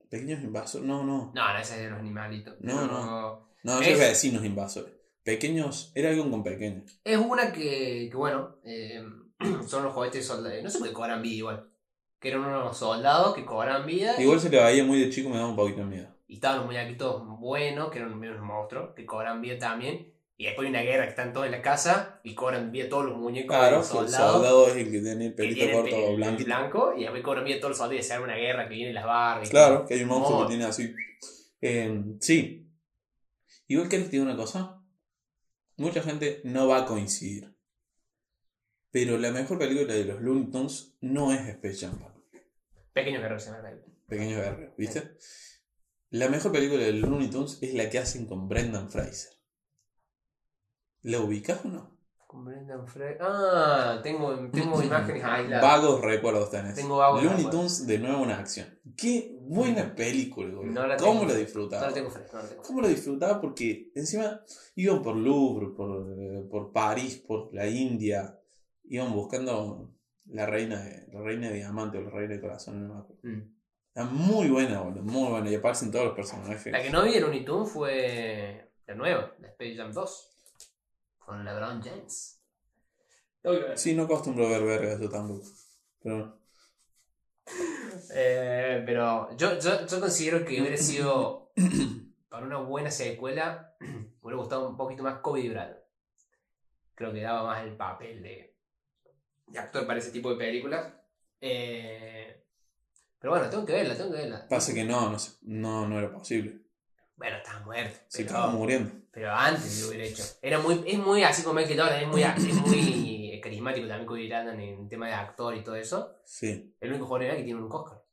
S1: Pequeños invasores. No, no.
S2: No, no, esa es de los animalitos.
S1: No,
S2: no.
S1: No,
S2: Es-
S1: esos vecinos invasores. Pequeños, era algo con pequeños.
S2: Es una que, que bueno, eh, son los juguetes soldados. No sé por qué cobran vida igual. Que eran unos soldados que cobran vida. y-
S1: Igual se le veía muy de chico, me daba un poquito de miedo.
S2: Y estaban los muñequitos buenos, que eran medio unos monstruos, que cobran vida también. Y después hay una guerra que están todos en la casa y cobran vida todos los muñecos de
S1: Claro,
S2: los
S1: que el
S2: soldados.
S1: soldado es el que tiene el
S2: que
S1: pelito
S2: tienen
S1: corto
S2: el-
S1: o
S2: el
S1: blanco.
S2: blanco. Y después cobran vida todos los soldados y se arma una guerra que vienen las barras. y
S1: Claro, que hay un monstruo
S2: Mon-
S1: que tiene así. Eh, sí. Igual que les digo una cosa. Mucha gente no va a coincidir. Pero la mejor película de los Looney Tunes no es Space Jam.
S2: todo. Pequeños guerreros se llama la-
S1: Pequeños guerreros, ¿viste? La mejor película de los Looney Tunes es la que hacen con Brendan Fraser. ¿La ubicas o no?
S2: Con Brendan Fraser. Ah, tengo, tengo imágenes ah, aisladas.
S1: Vagos recuerdos tenés.
S2: Tengo vagos
S1: Looney
S2: recuerdos.
S1: Tunes de nuevo una acción. Qué buena película, boludo.
S2: No la
S1: ¿Cómo
S2: tengo.
S1: la
S2: No
S1: disfrutaba?
S2: lo tengo fresco, no lo tengo fresco.
S1: ¿Cómo lo disfrutaba? Porque encima iban por Louvre, por, eh, por París, por la India. Iban buscando la reina de, la reina de diamante o la reina de corazón. No me acuerdo.
S2: Mm.
S1: Está muy buena, boludo. Muy buena. Y aparecen todos los personajes.
S2: La que no vi en Unitune fue la nueva, la Space Jam 2. Con LeBron James. Tengo que ver.
S1: Sí, no acostumbro a ver vergas yo tampoco. Pero
S2: Eh, pero yo, yo, yo considero que hubiera sido para una buena secuela, me hubiera gustado un poquito más Kobe Bryant. Creo que daba más el papel de, de actor para ese tipo de películas. Eh, pero bueno, tengo que verla, tengo que verla.
S1: pasa que no, no, sé, no, no era posible.
S2: Bueno, estaba muerto.
S1: Se
S2: pero-
S1: estaba muriendo.
S2: Pero antes lo hubiera hecho. Era muy, es muy así como Michael Jordan, es muy, es muy carismático también Kobe Bryant en tema de actor y todo eso.
S1: Sí.
S2: El único jugador de NBA que tiene un Oscar.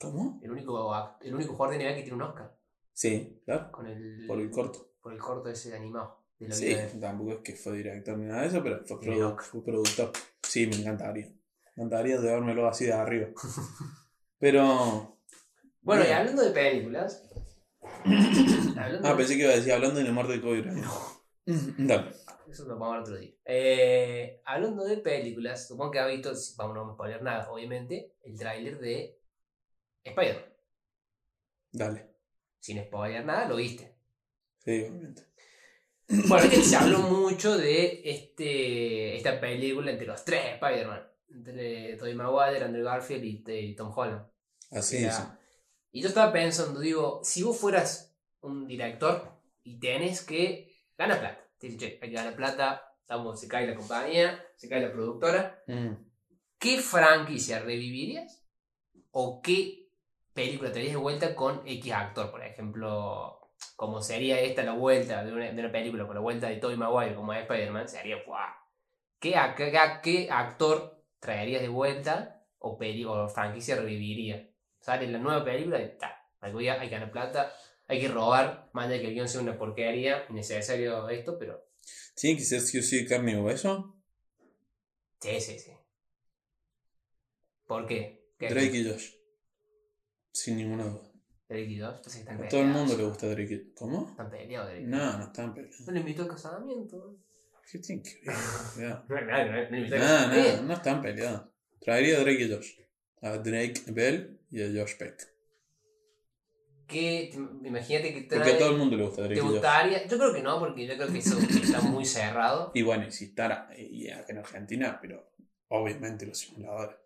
S1: ¿Cómo?
S2: El único, act- el único jugador de NBA que tiene un Oscar.
S1: Sí, claro.
S2: Con el,
S1: Por el corto.
S2: por el corto ese de animado. De la
S1: Sí,
S2: vida de-
S1: tampoco es que fue director ni nada de eso, pero fue,
S2: Ni
S1: produ-
S2: loco.
S1: fue productor. Sí, me encantaría. Me encantaría llevármelo así de arriba. Pero.
S2: Bueno, y
S1: Bien.
S2: hablando de películas. hablando
S1: Ah,
S2: de-
S1: pensé que iba a decir hablando de la muerte de Kobe Bryant. Mm, Dale.
S2: Eso lo vamos a ver otro día. Eh, hablando de películas, supongo que ha visto, si- vamos, no vamos a poner nada, obviamente, el tráiler de Spider-Man.
S1: Dale.
S2: Sin spoiler nada, lo viste.
S1: Sí, obviamente.
S2: Bueno, que se habló mucho de este, esta película entre los tres Spider-Man. Entre Tobey Maguire, Andrew Garfield y, y Tom Holland.
S1: Así
S2: Era-
S1: es.
S2: Y yo estaba pensando, digo, si vos fueras un director y tenés que ganar plata. Te dicen, che, hay que ganar plata, estamos, se cae la compañía, se cae la productora.
S1: Mm.
S2: ¿Qué franquicia revivirías? ¿O qué película traerías de vuelta con X actor? Por ejemplo, como sería esta la vuelta de una, de una película con la vuelta de Tobey Maguire como es Spider-Man, sería, ¡buah! ¿Qué, a- qué, a- qué actor traerías de vuelta o, peli- o franquicia reviviría? Sale la nueva película y ta, algún día hay que ganar plata, hay que robar, manda que el guión sea una porquería, innecesario esto, pero
S1: ¿Tiene que ser sí o sí carne y hueso?
S2: sí, sí, sí. ¿Por qué? ¿Qué-
S1: Drake y Josh. Sin ninguna duda.
S2: Drake y Josh, entonces pues, están
S1: A todo el
S2: peleados.
S1: mundo le gusta Drake y ¿Cómo?
S2: Están peleados, Drake.
S1: No, no están peleando.
S2: No le invitó al casamiento.
S1: ¿Qué tiene que ver? Cuidado.
S2: No, no, no, no le invitó al
S1: Nada, nada,
S2: casamiento.
S1: no están peleados. Traería a Drake y Josh. A Drake Bell y a Josh Peck.
S2: ¿Qué? Te- Imagínate que
S1: Porque a
S2: trae.
S1: todo el mundo le gusta
S2: ¿Te
S1: Drake y Josh.
S2: gustaría? Yo creo que no, porque yo creo que eso está muy cerrado.
S1: Y bueno, y si estará y acá en Argentina, pero obviamente los simuladores.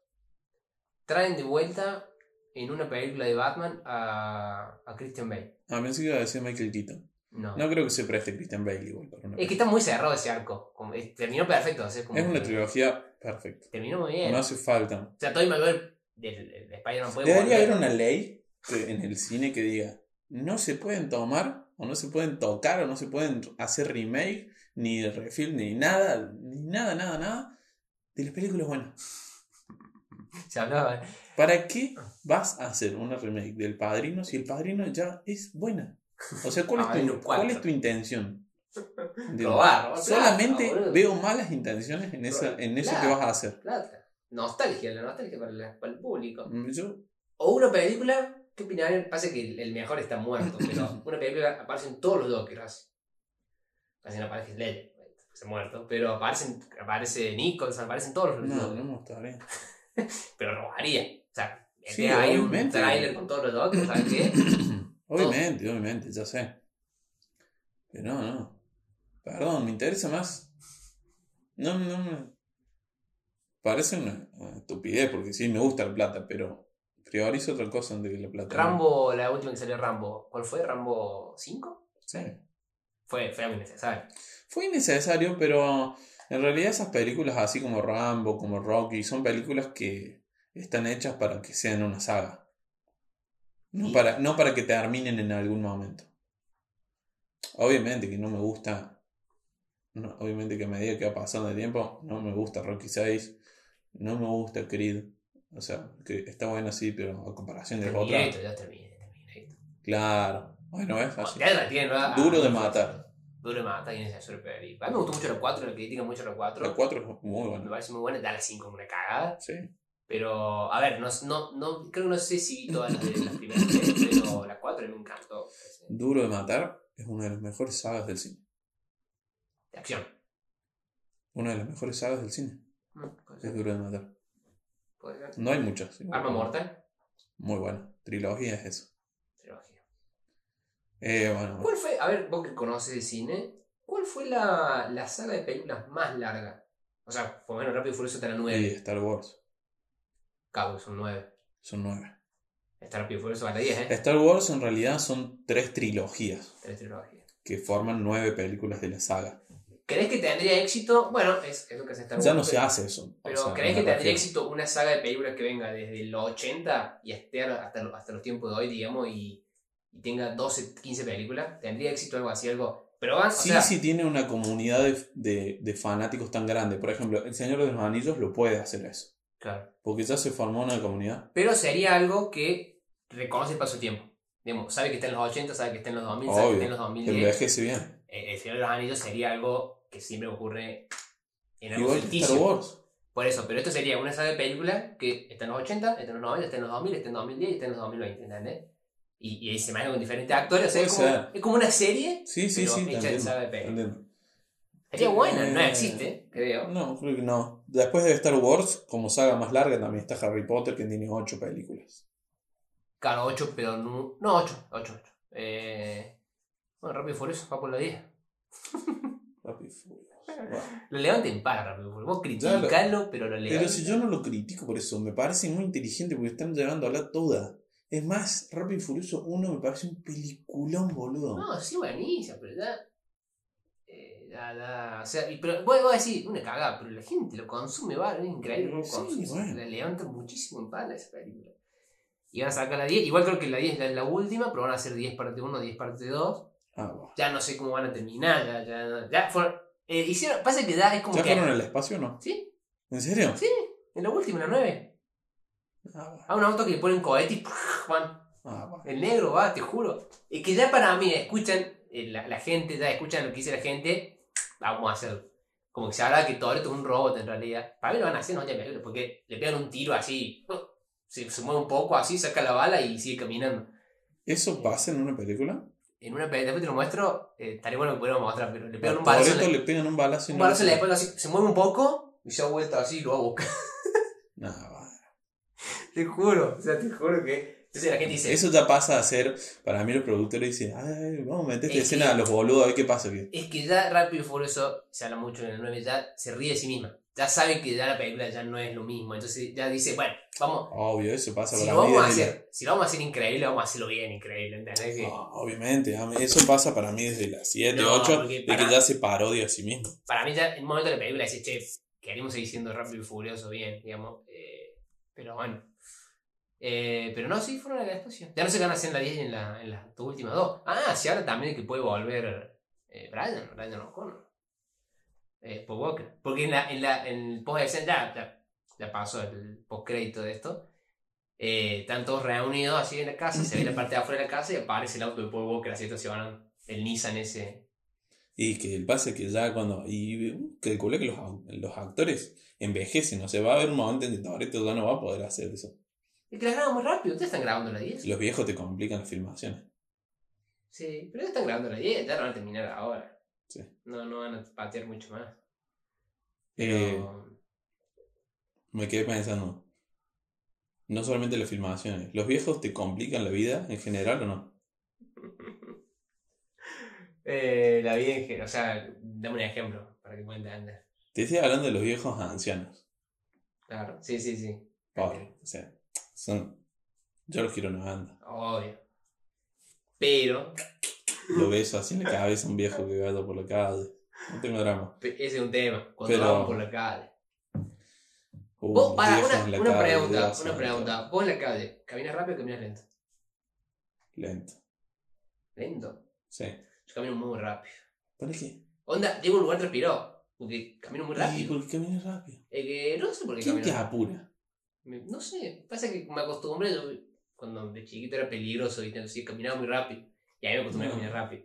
S2: Traen de vuelta en una película de Batman a, a Christian Bale.
S1: Ah, pensé que iba a decir Michael Keaton.
S2: No.
S1: No creo que se preste Christian Bale igual para una
S2: Es que
S1: película.
S2: está muy cerrado ese arco. Como- es- terminó perfecto. o sea, como
S1: Es una
S2: que
S1: trilogía perfecta.
S2: Terminó muy bien.
S1: No hace falta.
S2: O sea, Tobey Maguire del, del Spider-Man puede
S1: Debería
S2: volver.
S1: haber una ley que- en el cine que diga no se pueden tomar o no se pueden tocar o no se pueden hacer remake ni refilm ni nada, ni nada, nada, nada de las películas buenas.
S2: Se hablaba.
S1: ¿Para qué vas a hacer una remake del Padrino si el Padrino ya es buena? O sea, ¿cuál, es,
S2: Padrino
S1: tu, cuál es
S2: cuatro.
S1: tu intención? De-
S2: Robar, robar
S1: Solamente
S2: plata, ah, boludo.
S1: veo malas intenciones en, esa, en eso que
S2: Claro.
S1: vas a hacer.
S2: Plata. Nostalgia, la nostalgia para, la- para el público.
S1: Yo,
S2: O una película. ¿Qué opinarían? Pasa que el, el mejor está muerto, pero una película aparecen todos los dos que lo hacen. Así no aparece Led, se ha muerto, pero aparecen, aparece Nicholson, aparecen todos los
S1: no,
S2: Dockers.
S1: no me gustaría.
S2: pero robaría. O sea, metés
S1: Sí,
S2: ahí un
S1: obviamente.
S2: tráiler con todos los Dockers, ¿sabes qué?
S1: obviamente, obviamente, ya sé. Pero no, no. Perdón, me interesa más. No, no me. Parece una una estupidez, porque sí me gusta la plata, pero priorizo otra cosa antes que la plata.
S2: Rambo, la última que salió Rambo, ¿cuál fue? ¿Rambo 5?
S1: Sí.
S2: Fue, fue algo innecesario.
S1: Fue innecesario, pero en realidad esas películas, así como Rambo, como Rocky, son películas que están hechas para que sean una saga. No
S2: Y-
S1: para, no para que terminen en algún momento. Obviamente que no me gusta. no, obviamente que a medida que va pasando el tiempo, no me gusta Rocky 6, no me gusta Creed. O sea, que está bueno así, pero a comparación de otras.
S2: Terminator, ya terminé, terminé.
S1: Claro. Bueno, es así.
S2: Ya la tiene, ¿no?
S1: Duro de matar.
S2: Duro de matar y innecesario película. A mí me gustó mucho la 4, la critican mucho la 4.
S1: La 4 es muy
S2: Me
S1: buena.
S2: parece muy buena, da la 5 como una cagada.
S1: Sí.
S2: Pero, a ver, no, no, no, creo que no sé si vi todas las, de las primeras tres, pero la 4 me encantó.
S1: Duro de matar es una de las mejores sagas del cine.
S2: De acción.
S1: Una de las mejores sagas del cine.
S2: Mm, puede
S1: Es
S2: ser,
S1: duro de matar.
S2: puede ser.
S1: No hay muchas. igual.
S2: Arma mortal.
S1: Muy buena. Trilogía es eso.
S2: Trilogía.
S1: Eh, bueno,
S2: ¿Cuál fue, a ver, vos que conoces de cine, cuál fue la, la saga de películas más larga? O sea, por lo menos Rápido y Furioso está la 9.
S1: y Star Wars.
S2: Cabo, son 9.
S1: Son nueve.
S2: Está Rápido y Furioso va la 10, ¿eh?
S1: Star Wars en realidad son tres trilogías
S2: Tres trilogías.
S1: que forman nueve películas de la saga.
S2: ¿Crees que tendría éxito? Bueno, es, es lo que se está
S1: Ya no se hace eso. o
S2: Pero
S1: sea,
S2: ¿crees
S1: me
S2: que tendría
S1: refiero.
S2: éxito una saga de películas que venga desde los 80 y hasta, hasta, lo- hasta los tiempos de hoy, digamos, y, y tenga 12, 15 películas? ¿Tendría éxito algo así, algo? Pero van,
S1: Sí,
S2: o sea,
S1: sí tiene una comunidad de, de- de fanáticos tan grande. Por ejemplo, El Señor de los Anillos lo puede hacer eso.
S2: claro.
S1: Porque ya se formó una comunidad.
S2: Pero sería algo que reconoce para su tiempo. Digamos, sabe que está en los 80, sabe que está en los 2000, sabe que
S1: Obvio,
S2: está en los
S1: que
S2: 2010.
S1: Envejece bien.
S2: Eh, El Señor de los Anillos sería algo que siempre ocurre en algo
S1: Igual que Star
S2: ficticio.
S1: Wars.
S2: Por eso, pero esto sería una saga de películas que está en los 80, está en los 90, está en los 2000, está en los 2010 y está en los 2020, ¿entendés? Y, y ahí se maneja con diferentes actores, o sea, es
S1: Puede
S2: como, es como una serie
S1: Sí, sí,
S2: pero
S1: sí. te
S2: hecha de
S1: entiendo,
S2: saga de
S1: te
S2: películas.
S1: entiendo.
S2: Sería buena, no
S1: Eh,
S2: existe, creo.
S1: No, creo que no. Después de Star Wars, como saga más larga, también está Harry Potter, que tiene ocho películas.
S2: Claro, 8, pero no... No, 8, 8, 8. Eh, bueno, Rápido y Furioso va por la 10.
S1: Rápido y Furioso. Bueno.
S2: Lo levanten para Rápido y Furioso. Vos
S1: Ya lo-
S2: criticalo, pero lo
S1: Pero
S2: levanten.
S1: si yo no lo critico por eso, me parece muy inteligente porque están llevándola toda. Es más, Rápido y Furioso 1 me parece un peliculón, boludo.
S2: No, sí, buenísima, pero ya... eh, ya, ya, o sea, y- pero vos, vos decís, una cagada, pero la gente lo consume, va, es increíble cómo
S1: Sí,
S2: consume, se-
S1: bueno.
S2: le levanta muchísimo en pala esa película. Y van a sacar la 10, igual creo que la 10 es la, la última, pero van a hacer 10 parte 1, 10 parte 2,
S1: Ah, bueno.
S2: ya no sé cómo van a terminar, ya, ya, ya fueron, eh, hicieron, pasa que ya es como
S1: ¿Ya
S2: que...
S1: fueron al espacio o no?
S2: ¿Sí?
S1: ¿En serio?
S2: Sí, en la última, en la 9.
S1: Ah, bueno.
S2: A un auto que le ponen cohete y van
S1: Ah, bueno.
S2: El negro, va, te juro. Es que ya para mí, escuchan eh, la, la gente, ya escuchan lo que dice la gente, vamos a hacerlo. Como que se habla que Toretto es un robot en realidad. Para mí lo van a hacer, no ya me alegro, porque le pegan un tiro así, se, se mueve un poco así, saca la bala y sigue caminando. eh.
S1: ¿Eso pasa en una película?
S2: En una pelea, después te lo muestro, eh, estaría bueno que pudiéramos mostrar, pero le
S1: A
S2: pegan un balazo. en
S1: Toretto
S2: la-
S1: le pegan un balazo y
S2: Un
S1: no.
S2: balazo en la espalda así, se mueve un poco y se ha vuelto así y lo va a buscar.
S1: Nah, Ah, bueno.
S2: te juro, o sea, te juro que. Entonces la gente dice.
S1: Eso ya pasa a ser, para mí los productores dicen, ay, vamos a meter esta
S2: Es
S1: escena
S2: que-
S1: a los boludos, a ver qué pasa. Que...
S2: Es que ya Rápido y Furioso, se habla mucho en el 9, ya se ríe de sí misma. Ya sabe que ya la película ya no es lo mismo. Entonces ya dice, bueno, vamos,
S1: Obvio, eso pasa
S2: si
S1: para
S2: lo
S1: mí
S2: vamos a
S1: desde la-
S2: hacer, si lo vamos a hacer increíble, vamos a hacerlo bien increíble, ¿entendés? Que
S1: Ah, obviamente, a mí- eso pasa para mí desde las 7,
S2: No,
S1: 8,
S2: porque
S1: de que
S2: para-
S1: ya se parodia a sí mismo.
S2: Para mí ya en un momento de la película dice, che, queremos seguir siendo Rápido y Furioso bien, digamos. eh, pero bueno. Eh, pero no, sí, fueron al espacio. Ya no sé qué van a hacer en la 10 y en, la, en las dos últimas dos. Ah, se habla también de que puede volver eh, Brian, Brian O'Connor. Eh, Paul Walker. Porque en, la, en, la, en el post de ya, ya, ya pasó el post crédito de esto. Eh, están todos reunidos así en la casa, se ve la parte de afuera de la casa y aparece el auto de Paul Walker, así entonces van el Nissan ese.
S1: Y que el pase que ya cuando. Y uh, calculé que los, au- los actores envejecen, o sea, va a haber un momento en que Toretto ya no va a poder hacer eso.
S2: Es que la graban muy rápido, ustedes están grabando la 10.
S1: Los viejos te complican las filmaciones.
S2: Sí, pero ya están grabando la 10, ya la van a terminar ahora.
S1: Sí.
S2: No, no van a patear mucho más.
S1: Eh,
S2: Pero.
S1: Me quedé pensando. No solamente las filmaciones, ¿los viejos te complican la vida en general o no?
S2: Eh... Eh, la vida en general, o sea, dame un ejemplo para que pueda entender.
S1: Te estoy hablando de los viejos ancianos.
S2: Claro, sí, sí, sí.
S1: Pobre. O sea, son. Yo los quiero una banda.
S2: Obvio. Pero,
S1: Lo beso así en la cabeza a un viejo que vaya por la calle. No tengo drama.
S2: pe- ese es un tema. Cuando
S1: Pero-
S2: vamos por la calle.
S1: Uh,
S2: Vos, para,
S1: viejos
S2: una,
S1: en la
S2: una
S1: calle,
S2: pregunta,
S1: Dios
S2: una
S1: santo.
S2: pregunta. Vos en la calle, ¿caminas rápido o caminas lento?
S1: Lento.
S2: Lento.
S1: Sí.
S2: Yo camino muy rápido.
S1: ¿Para qué?
S2: Onda, llego a un lugar transpirado. Porque camino muy
S1: Ay,
S2: rápido.
S1: ¿Por qué caminas rápido?
S2: Es que no sé por qué
S1: ¿Quién
S2: camino
S1: te apura?
S2: Me- No sé, pasa que me acostumbré, yo cuando de chiquito era peligroso, ¿viste? Entonces caminaba muy rápido. Y a mí me acostumbré a
S1: No.
S2: caminar rápido.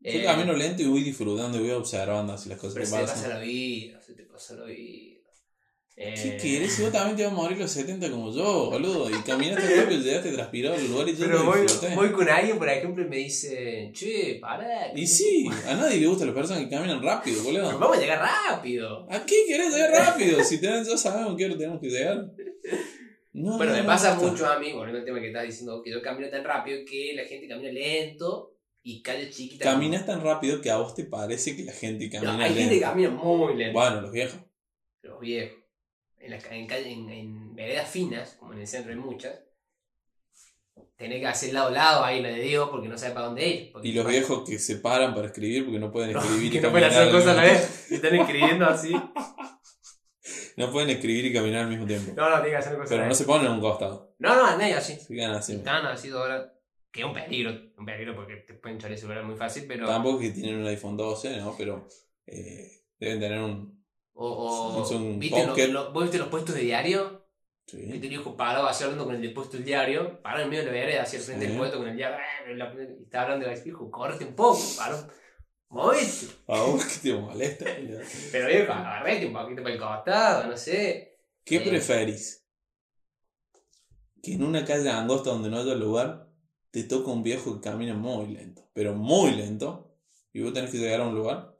S1: Yo
S2: Eh,
S1: camino lento y voy disfrutando y voy observando así las cosas
S2: Pero
S1: que
S2: se te pasa
S1: pasan.
S2: la vida, se te pasa la vida.
S1: ¿Qué
S2: Eh,
S1: querés? Si vos también te vas a morir los 70 como yo, boludo. Y caminaste rápido, llegaste transpirado al lugar y yo
S2: Pero
S1: lo
S2: voy,
S1: disfruté.
S2: voy con alguien, por ejemplo, y me dice, che, pará.
S1: Y sí, a nadie le gustan las personas que caminan rápido,
S2: pero
S1: boludo.
S2: vamos a llegar rápido.
S1: ¿A qué querés llegar rápido? Si tenés, ya sabemos que hora tenemos que llegar. No,
S2: Bueno,
S1: no,
S2: me
S1: no,
S2: pasa
S1: Ah, basta.
S2: mucho a mí, volviendo al tema que estás diciendo, que yo camino tan rápido que la gente camina lento y calle chiquita.
S1: Caminas tan rápido que a vos te parece que la gente
S2: No,
S1: camina
S2: hay
S1: lento.
S2: gente que camina muy lento.
S1: Bueno, los viejos.
S2: los viejos, en, las ca- en, calle- en, en veredas finas, como en el centro hay muchas, tenés que hacer lado a lado ahí lo de Dios porque no sabes para dónde ir. porque-
S1: Y los viejos que se paran para escribir porque no pueden
S2: No,
S1: escribir
S2: que
S1: y
S2: no pueden
S1: caminar
S2: hacer
S1: al
S2: cosas a la
S1: mismo
S2: vez. Y están escribiendo así. No,
S1: tiempo. No pueden escribir y caminar al mismo tiempo.
S2: no, tienen que hacer cosas a
S1: Pero
S2: la
S1: no
S2: vez.
S1: se ponen a un costado.
S2: No, no, andan así.
S1: Se quedan así.
S2: Están así dos horas. Que es un peligro, un peligro porque te pueden chorear el celular muy fácil, pero.
S1: Tampoco es que tienen un iPhone 12, ¿no? Pero eh, deben tener un...
S2: O, o-
S1: Es un
S2: ¿viste, lo-
S1: pocket.
S2: lo- vos viste los puestos de diario?
S1: Sí.
S2: Viste el Este viejo parado así hablando con el del puesto del diario, parado en medio de la vereda, así al frente
S1: Sí.
S2: del puesto con el diario, ah, la- y está hablando de la viejo, corte un poco, paró. Movete.
S1: A Ah, vos que te molesta. boludo.
S2: Pero viejo, agarrete un poquito para el costado, no sé.
S1: ¿Qué
S2: Sí.
S1: preferís? Que en una calle angosta donde no haya lugar, te toca un viejo que camina muy lento, pero muy lento, y vos tenés que llegar a un lugar.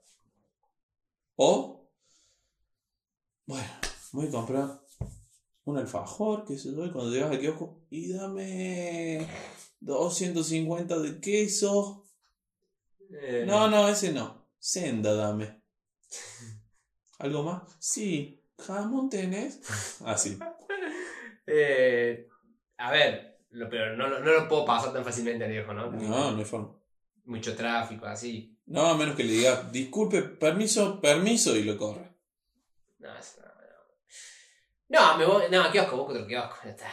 S1: O, bueno, voy a comprar un alfajor, que se yo, y cuando llegas al kiosco, y dame 250 de queso.
S2: Eh,
S1: No, no, ese no. Senda, dame. ¿Algo más? Sí. ¿Jamón tenés? Ah, Así.
S2: eh, a ver, lo- pero no, lo- no lo puedo pasar tan fácilmente al viejo, ¿no?
S1: No, no hay forma.
S2: Mucho tráfico, así.
S1: No, a menos que le digas, disculpe, permiso, permiso, y lo corra.
S2: No, es- no, no. No, me voy, no, kiosco, busco otro kiosco, ya está.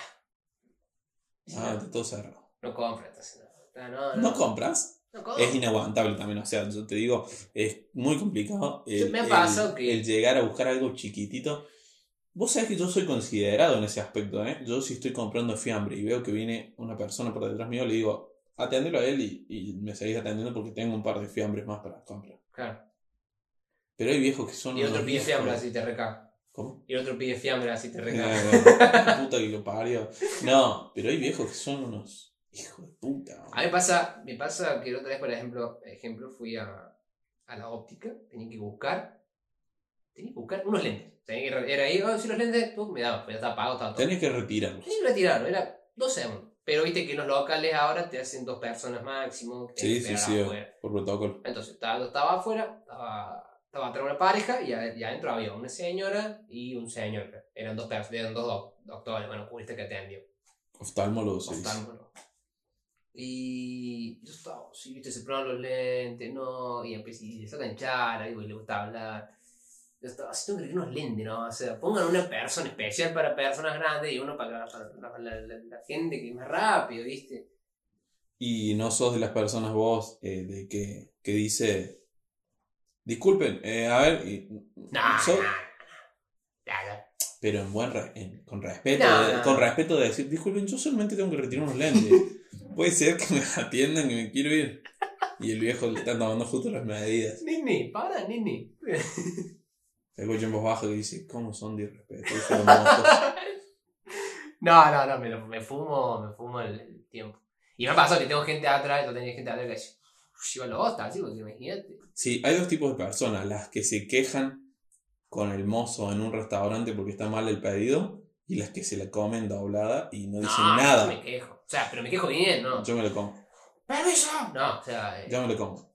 S2: Sí,
S1: Ah,
S2: no,
S1: está todo cerrado.
S2: no compro, entonces no. No, no,
S1: ¿No compras?
S2: no compro.
S1: Es inaguantable también, o sea, yo te digo, es muy complicado el,
S2: Me
S1: el-
S2: pasó que-
S1: el llegar a buscar algo chiquitito. Vos sabés que yo soy considerado en ese aspecto, ¿eh? Yo si estoy comprando fiambre y veo que viene una persona por detrás mío, le digo, aténdelo a él y, y me seguís atendiendo porque tengo un par de fiambres más para comprar.
S2: Claro.
S1: Pero hay viejos que son...
S2: Y otro
S1: unos
S2: pide
S1: viejos-
S2: fiambre así te reca.
S1: ¿Cómo?
S2: Y otro pide fiambre así te reca.
S1: La Ah, puta que lo parió. No, pero hay viejos que son unos hijos de puta. ¿no?
S2: A mí me pasa, me pasa que la otra vez, por ejemplo, ejemplo fui a, a la óptica, tenía que buscar, tenía que buscar unos lentes. Tenía que, re- era ahí, oh, si los lentes, pum, me daba, pues ya estaba pago, estaba todo.
S1: Tenés que retirarlos.
S2: Y retiraron, era 12 segundos. Pero viste que en los locales ahora te hacen dos personas máximo.
S1: Sí,
S2: que tenés que
S1: sí,
S2: esperar
S1: sí,
S2: afuera.
S1: por protocolo.
S2: Entonces estaba, yo estaba afuera, estaba, estaba atrás una pareja y, a- y adentro había una señora y un señor. Eran dos personas, eran dos doc- doctores, bueno, oculistas que atendían.
S1: Oftalmólogo se dice.
S2: Oftalmólogo. Y yo estaba, sí, viste, se probaban los lentes, no, y empecé, y le sacan chara, digo, y le gusta hablar. Yo estaba, "Ah, si tengo que elegir unos lentes, ¿no? O sea, pongan una persona especial para personas grandes y uno para, para- para la, la- la gente que es más rápido, ¿viste?
S1: Y no sos de las personas vos eh, de que, que dice. Disculpen, eh, a ver. y-
S2: Nah,
S1: so-
S2: nah, nah, nah.
S1: pero en buen re- en- con respeto.
S2: No,
S1: de-
S2: no.
S1: Con respeto de decir, disculpen, yo solamente tengo que retirar unos lentes. Puede ser que me atiendan que me quiero ir. Y el viejo le está tomando justo las medidas.
S2: Nini, para, Nini.
S1: Escucho en voz baja que dice, ¿cómo son de irrespetuosos los mocos?".
S2: No, no, no, me, lo- me fumo, me fumo el, el tiempo. Y me pasó que tengo gente atrás, yo tenía gente atrás que decía, lleva los hostas, así, porque imagínate.
S1: Sí, hay dos tipos de personas, las que se quejan con el mozo en un restaurante porque está mal el pedido y las que se la comen doblada y no dicen
S2: no,
S1: nada.
S2: yo me quejo. O sea, pero Ah, me quejo bien, ¿no?
S1: Yo me lo como,
S2: ¡Permiso! No, o sea, eh,
S1: yo me lo como.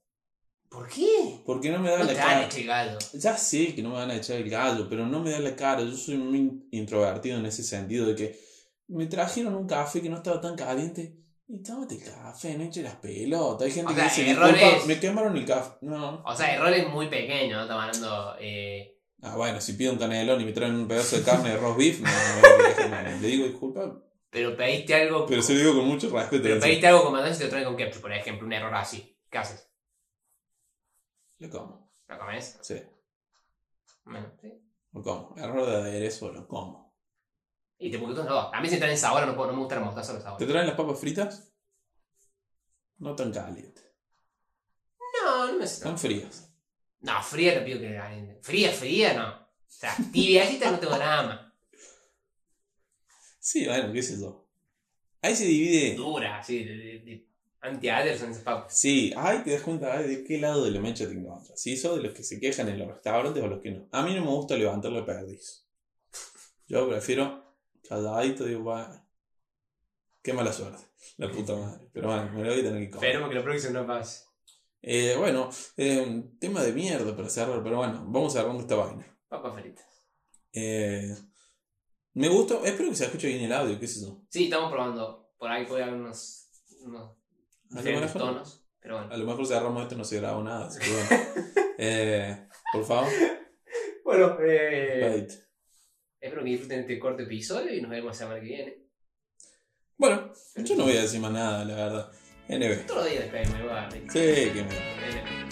S2: ¿Por qué?
S1: Porque no me
S2: No
S1: da la
S2: te dan
S1: cara.
S2: este gallo.
S1: Ya sé que no me van a echar el gallo, pero no me da la cara. Yo soy muy introvertido en ese sentido de que me trajeron un café que no estaba tan caliente. Y tómate el café, no eches las pelotas. Hay gente
S2: O
S1: que
S2: sea,
S1: dice,
S2: errores.
S1: "Disculpa, me quemaron el café. No.
S2: O sea, errores muy pequeños, ¿no? Estamos hablando. eh,
S1: Ah, bueno, si pido un canelón y me traen un pedazo de carne de roast beef, no, no, no, no, no. le digo disculpa,
S2: pero pediste algo.
S1: pero se lo digo con mucho respeto.
S2: pero
S1: Dice,
S2: pediste algo con mandato y te lo traen con ketchup, por ejemplo, un error así. ¿Qué haces?
S1: Lo como,
S2: ¿Lo comes?
S1: sí,
S2: Bueno, sí.
S1: lo como. Error de aderezo, lo como.
S2: Y te puto no. A mí si traen sabor, no, puedo- no me gusta la mostaza o el
S1: ¿Te
S2: sabor.
S1: traen las papas fritas? No tan calientes,
S2: No, no me
S1: tan frías.
S2: No, fría te pido que le caliente. Fría, fría, no. O sea, tibiacita no tengo nada más.
S1: Sí, bueno, qué sé yo. Ahí se divide.
S2: Dura, así, de, de, de anti-adders en ese papo.
S1: Sí, ahí te das cuenta ay, de qué lado de la mecha te encuentras. Si sos de los que se quejan en los restaurantes o los que no. A mí no me gusta levantar la perdiz. Yo prefiero calladito, digo, bueno, qué mala suerte. La puta madre. Pero bueno, me lo voy a tener que comer.
S2: Esperemos que lo próximo no pase.
S1: Eh, bueno, eh, tema de mierda para cerrar, pero bueno, vamos cerrando esta vaina.
S2: Papas fritas.
S1: Eh, me gustó, espero que se escuche bien el audio, qué es eso.
S2: Sí, estamos probando. Por ahí puede haber unos, unos
S1: ¿A lo
S2: diferentes
S1: mejor,
S2: tonos. Pero bueno.
S1: a lo mejor cerramos esto y no se grabó nada, así que bueno. Eh, por favor.
S2: Bueno, eh,
S1: Right.
S2: espero que disfruten este corto episodio y nos vemos la semana que viene.
S1: Bueno, yo no voy a decir más nada, la verdad. NB.
S2: Todos los días despedimos, igual.
S1: Sí, que me.
S2: Eh,